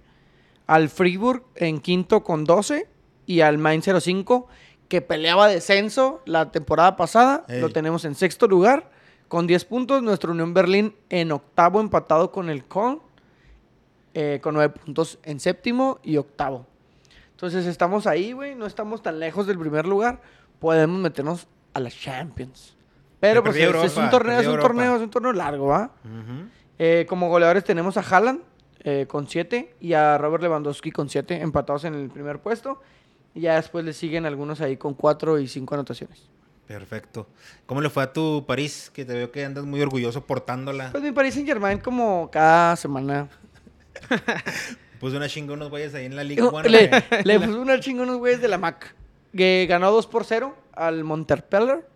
al Fribourg en quinto con 12 y al Main 05 que peleaba descenso la temporada pasada, Ey. lo tenemos en sexto lugar con 10 puntos, nuestro Unión Berlín en octavo empatado con el Köln eh, con 9 puntos en séptimo y octavo. Entonces estamos ahí, güey, no estamos tan lejos del primer lugar, podemos meternos a las Champions. Pero Ya pues es, perdió es un Europa, torneo, es perdió un Europa. torneo, es un torneo largo, ¿va? Ujú. Eh, como goleadores tenemos a Haaland eh, con 7 y a Robert Lewandowski con 7 empatados en el primer puesto. Y ya después le siguen algunos ahí con 4 y 5 anotaciones. Perfecto. ¿Cómo le fue a tu París? Que te veo que andas muy orgulloso portándola. Pues mi Paris Saint Germain como cada semana. Puse una chinga unos güeyes ahí en la Liga One. le, le puso una chinga a unos güeyes de la MAC. Que ganó 2 por 0 al Monterpeller.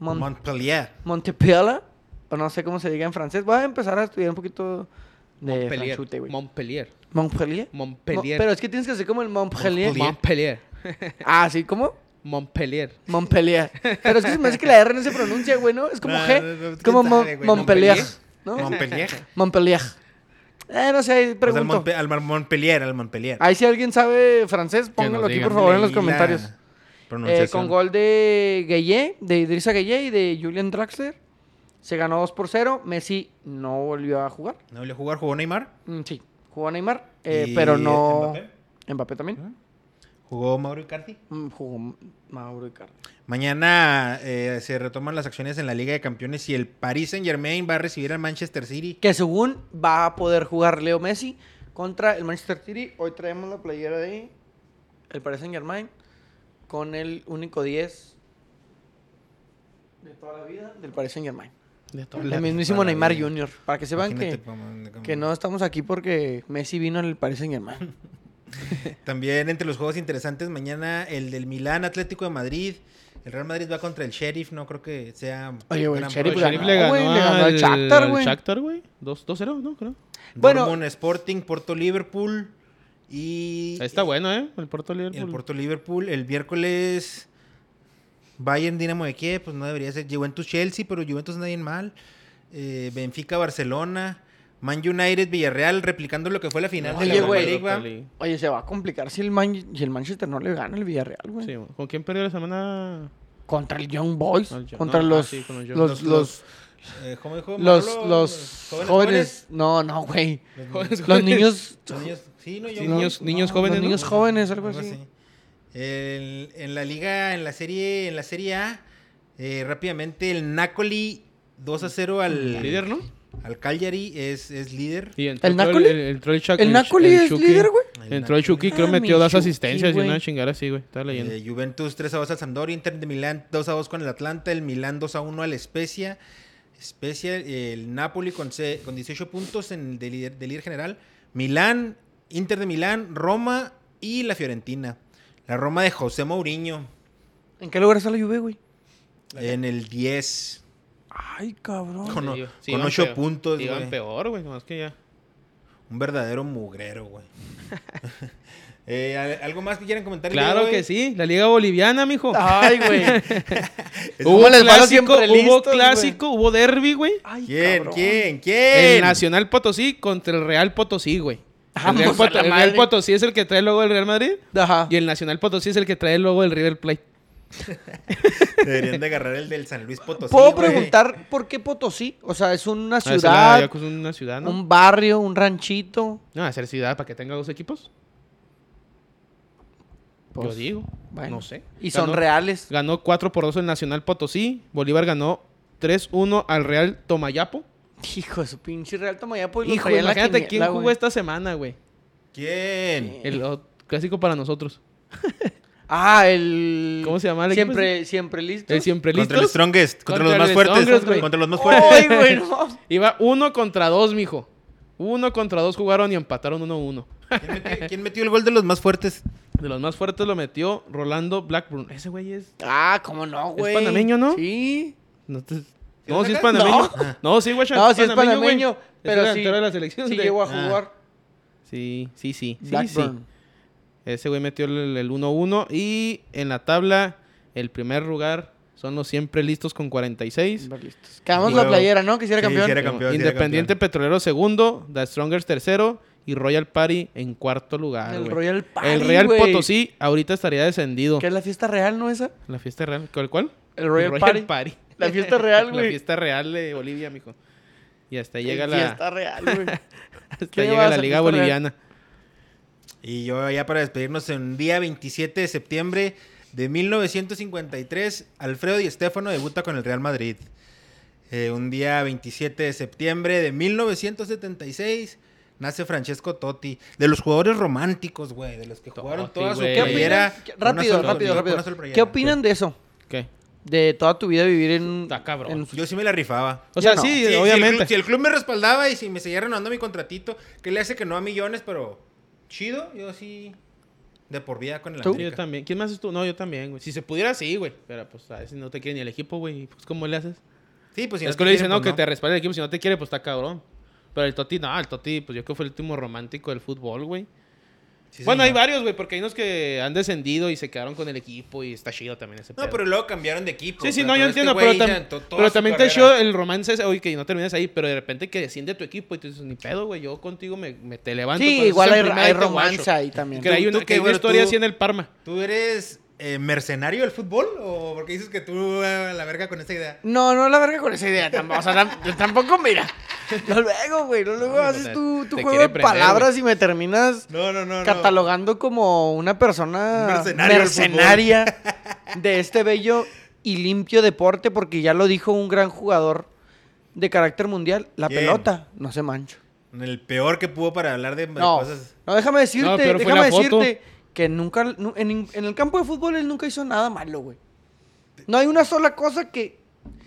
Mon- Montpellier. Montepiela, o no sé cómo se diga en francés. Voy a empezar a estudiar un poquito de Montpellier. franchute, güey. Montpellier. Montpellier. Montpellier. Mo- pero es que tienes que hacer como el Montpellier. Montpellier. Montpellier. Ah, ¿sí? ¿Cómo? Montpellier. Montpellier. Pero es que se me hace que la R no se pronuncia, güey, ¿no? Es como No, G. no, no, es como quién Mon- sabe, güey. Montpellier. ¿no? Montpellier. Montpellier. Eh, no sé, ahí Pues al, pregunto. Monpe- al Mar- Montpellier, al Montpellier. Ahí si alguien sabe francés, póngalo aquí, digan. por favor, en los Leí la comentarios. Eh, pronunciación. con gol de Gueye, de Idrissa Gueye y de Julian Draxler. Se ganó 2 por 0. Messi no volvió a jugar. No volvió a jugar, jugó Neymar. Mm, sí, jugó Neymar, eh, ¿Y pero no. Mbappé? ¿Ah? Mbappé, también. Jugó Mauro Icardi. Mm, jugó Mauro Icardi. Mañana eh, se retoman las acciones en la Liga de Campeones y el Paris Saint Germain va a recibir al Manchester City. Que según va a poder jugar Leo Messi contra el Manchester City. Hoy traemos la playera de el Paris Saint Germain con el único 10 de toda la vida del Paris Saint Germain. De todo. El mismísimo toda la Neymar vida. Jr. Para que sepan Imagínate que, cómo- cómo- que no estamos aquí porque Messi vino en el Paris Saint Germain. También entre los juegos interesantes, mañana el del Milán Atlético de Madrid. El Real Madrid va contra el Sheriff, no creo que sea. Oye, güey, el gran Sheriff Pero provecho. Sheriff ganó, le ganó, güey, le ganó al al Shakhtar, güey. al Shakhtar, güey. 2 2-0, ¿no? Creo. Bueno. Dortmund, Sporting, Porto Liverpool y Ahí Está bueno, ¿eh? El Porto Liverpool. el Porto Liverpool el miércoles Bayern Dinamo de Kiev, pues no debería ser Juventus Chelsea, pero Juventus nadie mal. Eh, Benfica Barcelona, Man United Villarreal replicando lo que fue la final de la Oye, Europa güey. League, ¿va? Oye, se va a complicar si el, Man- si el Manchester no le gana al Villarreal, güey. Sí, güey. ¿Con quién perdió la semana? Contra el Young Boys. Al Young- Contra no, ah, los, sí, con los Young- los, los, eh, ¿cómo dijo los, Manolo? los jóvenes, No, no, güey. Los Los niños. Los niños, sí, no, yo- Sí, niños- niños jóvenes, Los ¿no? niños jóvenes, algo así. El- en la liga, en la serie, en la serie A, eh, rápidamente el Napoli 2 a 0 al Líder, ¿no? Al Cagliari es, es líder. Y entró ¿El creo Napoli? El, entró el, Shak- ¿El Sh- Napoli es Chucky. líder, güey? Entró el Chucky, creo Ah, metió mi dos Chucky, asistencias y güey. una chingada así, güey. Estaba leyendo. Eh, Juventus 3 a 2 al Sampdoria, Inter de Milán 2 a 2 con el Atlanta, el Milán 2 a 1 al Spezia, Spezia, el Napoli con, se- con 18 puntos en el de líder, de líder general, Milán, Inter de Milán, Roma y la Fiorentina. La Roma de José Mourinho ¿En qué lugar está la Juve, güey? en el 10 Ay, cabrón. con, Oh, Sí, sí, iban 8 peor. puntos, Iban güey. peor, güey. Más que ya. Un verdadero mugrero, güey. Eh, ¿al- ¿Algo más que quieran comentar? el día de Claro hoy? que sí. La Liga Boliviana, mijo. Ay, güey. Es- ¿Cómo Hubo les va clásico, Ah, siempre hubo listos, güey? clásico, hubo derby, güey. Ay, ¿Quién? cabrón. ¿Quién? El ¿Quién? Nacional Potosí contra el Real Potosí, güey. El Real, Ah, Vamos a Pot- la el Real madre. Ah. Potosí es el que trae el logo del Real Madrid. Ajá. Y el Nacional Potosí es el que trae el logo del River Plate. Deberían de agarrar el del San Luis Potosí. ¿Puedo güey. preguntar por qué Potosí? O sea, es una Ah, esa la- ciudad, ya que es una ciudad, ¿no? un barrio, un ranchito. No, hacer ciudad para que tenga dos equipos. Yo Pues, digo. bueno. No sé. Y Ganó- son reales. Ganó 4 por 2 el Nacional Potosí. Bolívar ganó 3-1 al Real Tomayapo. Hijo de su pinche Real Tomayapo. y los Hijo, traía en la imagínate quiniela, quién jugó güey. esta semana, güey. ¿Quién? Eh. El o- clásico para nosotros. Ah, el... ¿Cómo se llama el equipo? Siempre, siempre listo. El siempre Contra el listos. Strongest. Contra, los Contra más el fuertes. Strongest, güey. Oh. contra los más fuertes. Ay, güey, no. Iba uno contra dos, mijo. Uno contra dos jugaron y empataron 1-1. ¿Quién metió, quién metió el gol de los más fuertes? De los más fuertes lo metió Rolando Blackburn. Ese güey es. Ah, cómo no, güey. panameño, no? Sí. No, te- lo No, sí es sacas? panameño. No, sí, güey. No, sí es güey. panameño, pero es sí- delantero de la selección. Sí de- llegó a Ah. jugar. sí, sí, sí. sí, sí. Blackburn. Ese güey metió el el 1-1 y en la tabla el primer lugar son los siempre listos con 46. Siempre listos. Quedamos la Luego- playera, ¿no? Que si era Sí, campeón. sí era campeón, sí era Independiente campeón. Petrolero segundo, The Strongers tercero y Royal Party en cuarto lugar. El güey. Royal Party, el Real güey. Potosí ahorita estaría descendido. Que es la fiesta real, ¿no esa? La fiesta real, ¿cuál? cuál? El Royal Party. La fiesta real, La güey. fiesta real de Bolivia, mijo. Y hasta ahí llega El la, Fiesta real, güey. hasta ¿Qué llega vas la Liga a fiesta real? Boliviana. Y yo ya para despedirnos en día 27 de septiembre de 1953, Alfredo Di Stéfano debuta con el Real Madrid. Eh, un día 27 de septiembre de 1976 nace Francesco Totti, de los jugadores románticos, güey, de los que jugaron Totti, toda su güey. ¿Qué playera. opinan? con una Rápido, sola rápido, playera, con rápido. una sola playera. ¿Qué opinan de eso? ¿Qué? De toda tu vida vivir en... Está cabrón. en- Yo sí me la rifaba. O sea, no. sí, Sí, si el obviamente. club- Si el, club, me respaldaba y si me seguía renovando mi contratito, que le hace que no a millones, pero chido, yo sí de por vida con el ¿Tú? Sí, yo América. también. ¿Quién más es tú? No, yo también, güey. Si se pudiera, sí, güey. Pero pues a veces no te quiere ni el equipo, güey. Pues ¿cómo le haces? Sí, pues si es te que le dicen, quieren, no, pues, que te respalde el equipo. Si no te quiere, pues está cabrón. Pero el Toti, no, el Toti, pues yo creo que fue el último romántico del fútbol, güey. Sí, bueno, hay señor. varios, güey, porque hay unos que han descendido y se quedaron con el equipo y está chido también ese No, pedo. pero luego cambiaron de equipo. Sí, sí, O sea, no, yo todo entiendo, este pero, güey tam- ya to- toda pero su también está carrera. chido el romance ese, oye, que no terminas ahí, pero de repente que desciende tu equipo y tú dices, ni pedo, güey, yo contigo me, me te levanto. cuando Sí, igual seas hay, primera hay y te guacho. romance ahí también. Que hay ¿Tú- una, tú que qué, hay una güey, historia tú? así en el Parma. ¿Tú eres eh, mercenario del fútbol? ¿O porque dices que tú a la verga con esta idea? No, no la verga con esa idea. Tampoco, o sea, tam- yo tampoco, mira. No luego, güey. No luego No, haces te- tu, tu te juego quiere de prender, palabras y me terminas No, no, no. no. catalogando como una persona Mercenario del fútbol. mercenaria de este bello y limpio deporte, porque ya lo dijo un gran jugador de carácter mundial. La ¿Quién? pelota no se mancha. El peor que pudo para hablar de de No, cosas. no, déjame decirte, No, pero fue déjame la foto. decirte que nunca, nu- en, en el campo de fútbol él nunca hizo nada malo, güey. No hay una sola cosa que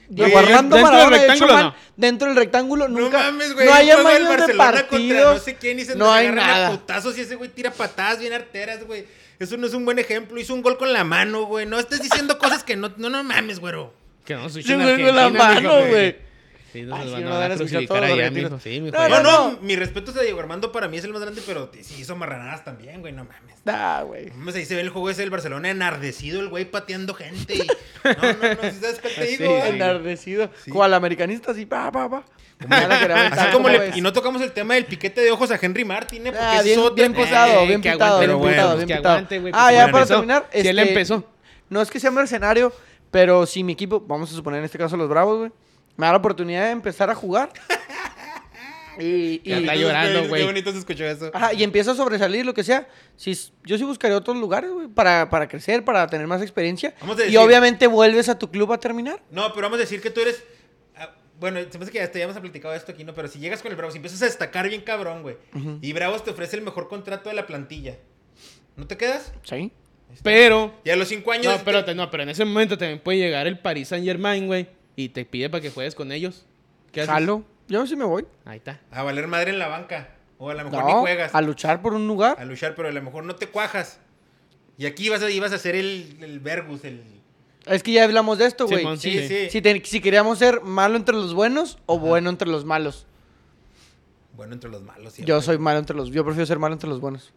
Diego Güey, ¿dentro Armando del Maradona haya hecho rectángulo mal no? dentro del rectángulo No nunca. mames, güey. no un hay juego del amaños de Barcelona Contra no partidos. sé quién y se no hay agarran a nada. putazos y ese güey tira patadas bien arteras, güey. Eso no es un buen ejemplo. Hizo un gol con la mano, güey. No estés diciendo cosas que no... No, no mames, güero. Que no soy Yo creo que la mano, güey. Sí, nos Ay, sí, van no a van a escuchar crucificar todos los allá, retiros. mijo. Sí, mijo, No, ya. No, no, no. mi respeto es a Diego Armando. Para mí es el más grande, pero sí hizo marranadas también, güey. No mames. Nah, Ah, güey. Hombre, ahí se ve el juego ese del Barcelona enardecido, el güey pateando gente. y- No, no, no, si sabes cuál te digo. Sí, güey? sí. Enardecido. Cual americanista, así, pa, pa, pa. Ya la quería aventar, Así como ¿cómo le- ves? y no tocamos el tema del piquete de ojos a Henry Martin, ¿eh? Porque Ah, ese bien, es otro. bien posado, Eh, bien que pintado, aguante, bien pero pintado, bueno, bien que pintado. aguante, güey, ah, pues, ya bueno, para empezó. terminar. Si él este, empezó. No es que sea mercenario, pero si mi equipo, vamos a suponer en este caso los Bravos, güey, me da la oportunidad de empezar a jugar. y, y- Ya está llorando, Qué güey. bonito se escuchó eso. ajá, y empiezo a sobresalir, lo que sea. Si, s- yo sí buscaré otros lugares, güey, para, para crecer, para tener más experiencia. Vamos a Y decir- obviamente vuelves a tu club a terminar. No, pero vamos a decir que tú eres. ah, Bueno, se me hace que hasta ya hemos platicado esto aquí, ¿no? Pero si llegas con el Bravos y empiezas a destacar bien cabrón, güey. Y Bravos te ofrece el mejor contrato de la plantilla. ¿No te quedas? Sí. Pero, Y a los cinco años. no, pero, te- no, pero en ese momento también puede llegar el Paris Saint Germain, güey, y te pide para que juegues con ellos. ¿Qué haces? Jalo. Yo sí me voy. Ahí está. A valer madre en la banca. O a lo mejor ni No, juegas. a luchar por un lugar. a luchar, pero a lo mejor no te cuajas. Y aquí ibas a, ibas a ser el, el Vergus, el... Es que ya hablamos de esto, güey. Simón, Sí, sí. Si, te- si queríamos ser malo entre los buenos o bueno entre los malos. Bueno, entre los malos. Yo soy malo entre los... Yo prefiero ser malo entre los buenos.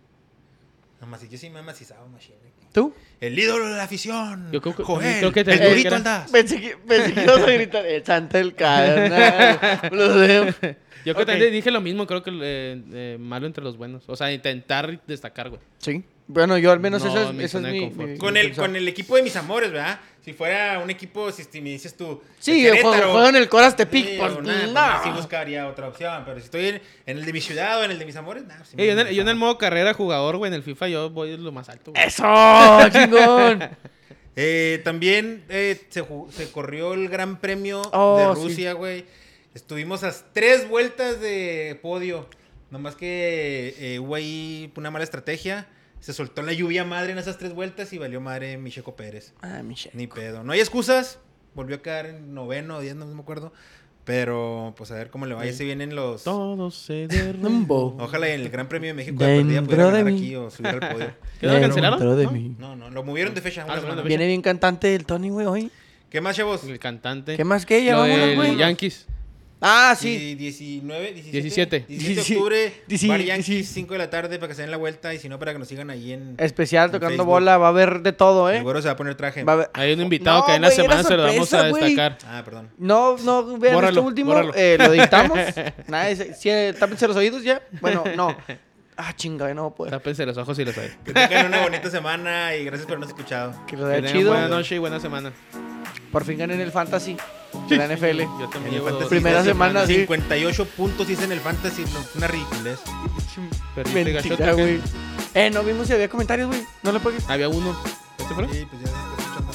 Mamá, yo sí me he macizado, machine. ¿Tú? El ídolo de la afición. Yo creo que- Joel, creo que te- el eh, durito que- Aldaz. Ah, Pensé que, pensé que ibas a gritar, "Eh, el santo del carnal. Lo veo. Yo creo que Ok. también dije lo mismo, creo que eh, eh, malo entre los buenos. O sea, intentar destacar, güey. Sí. Bueno, yo al menos No, eso es, mi esa es zona de mi, confort. mi- Con mi el, pensar. con el equipo de mis amores, ¿verdad? Si fuera un equipo, si si me dices tú... Sí, el yo juego, Querétaro, juego en el Coras Tepic. sí, pues, o nada, pues, no. Sí buscaría otra opción, pero si estoy en, en el de mi ciudad o en el de mis amores, nada. sí me Eh, yo, en el, he yo en el macizado. Eh. modo carrera jugador, güey, en el FIFA yo voy lo más alto, güey. ¡Eso, chingón! Eh, también eh, se, ju- se corrió el Gran Premio Oh, de sí. Rusia, güey. Estuvimos a tres vueltas de podio. Nomás que eh, hubo ahí una mala estrategia. Se soltó la lluvia madre en esas tres vueltas y valió madre mi Checo Pérez. Ah, mi Checo. Ni pedo. No hay excusas. Volvió a quedar en noveno, diez, no me acuerdo. Pero, pues a ver cómo le vaya. Sí. Si vienen los. Todo se Dumbo. derrumbó. Ojalá en el Gran Premio de México de Dentro perdida pudiera de ganar mí. aquí o subir al podio. ¿Quedó Dentro cancelado? de ¿No? mí. No, no, lo movieron de fecha. una Ah, lo movieron de semana. Viene bien cantante el Tony, güey, hoy. ¿Qué más, chavos? El cantante. ¿Qué más que ella? Lo Vámonos, del güey. Yankees. Ah, sí. Sí. 19, 17, 17. 17 de Sí, octubre, sí, Bar sí. Yankees, 5 de la tarde para que se den la vuelta y si no, para que nos sigan ahí en. Especial en tocando Facebook. bola. Va a haber de todo, El ¿eh? güero se va a poner traje. Va a haber- Hay un invitado que en la güey, era semana se lo vamos sorpresa, a güey. destacar. Ah, perdón. No, no vean Bórralo, esto último. bórralo. eh, lo dictamos. Nada, ese- sí, eh, tápense los oídos ya. Bueno, no. Ah, chinga, no voy a poder. Tápense los ojos y los oídos. Que tengan una bonita semana y gracias por habernos escuchado. Que lo Que vea tengan chido. Buena noche y buena semana. Por fin ganen el fantasy de la NFL. Yo En el también llevo fantasy dos- Primera esta semana, sí. 58 puntos hice en el fantasy. no, Una ridiculez. Perdiste, Mentira, gachote, ¿qué? güey. Eh, no vimos si había comentarios, güey. No le pagues. Había uno. ¿Este fue? Sí, pues ya se está escuchando.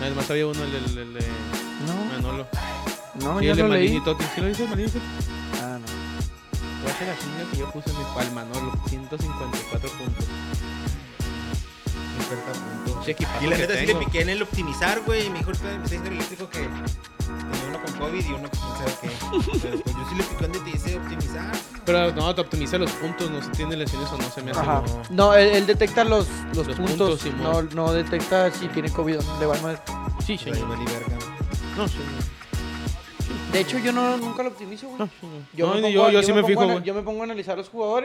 Nada más había uno, el el- el de No, Manolo. no, Sí, yo el de no Malini Ah, leí. Totti. ¿Sí lo dice Malini Totti? Ah, no. Guacha la chinga que yo puse en mi palma, Manolo. 154 puntos. 50 puntos. Che, equipazo pues, Y la que neta sí le tengo. piqué en el optimizar, güey. Y me dijo el presidente eléctrico que tenía uno con COVID y uno con quién sabe qué. Pero pues yo sí le piqué donde te dice optimizar. Pero no, te optimiza los puntos, no se tiene lesiones o no se me hace. Ajá. no. No, él, él detecta los, los, Los puntos. puntos, no, Simón. no detecta si tiene COVID o no. Le va a mover. Sí, Pues ahí señor. valí verga. No, señor. De hecho, yo no, nunca lo optimizo, güey. No, señor. No, me ni pongo yo, a- yo sí me me pongo a fijo, ana- güey. Yo me pongo a analizar los jugadores.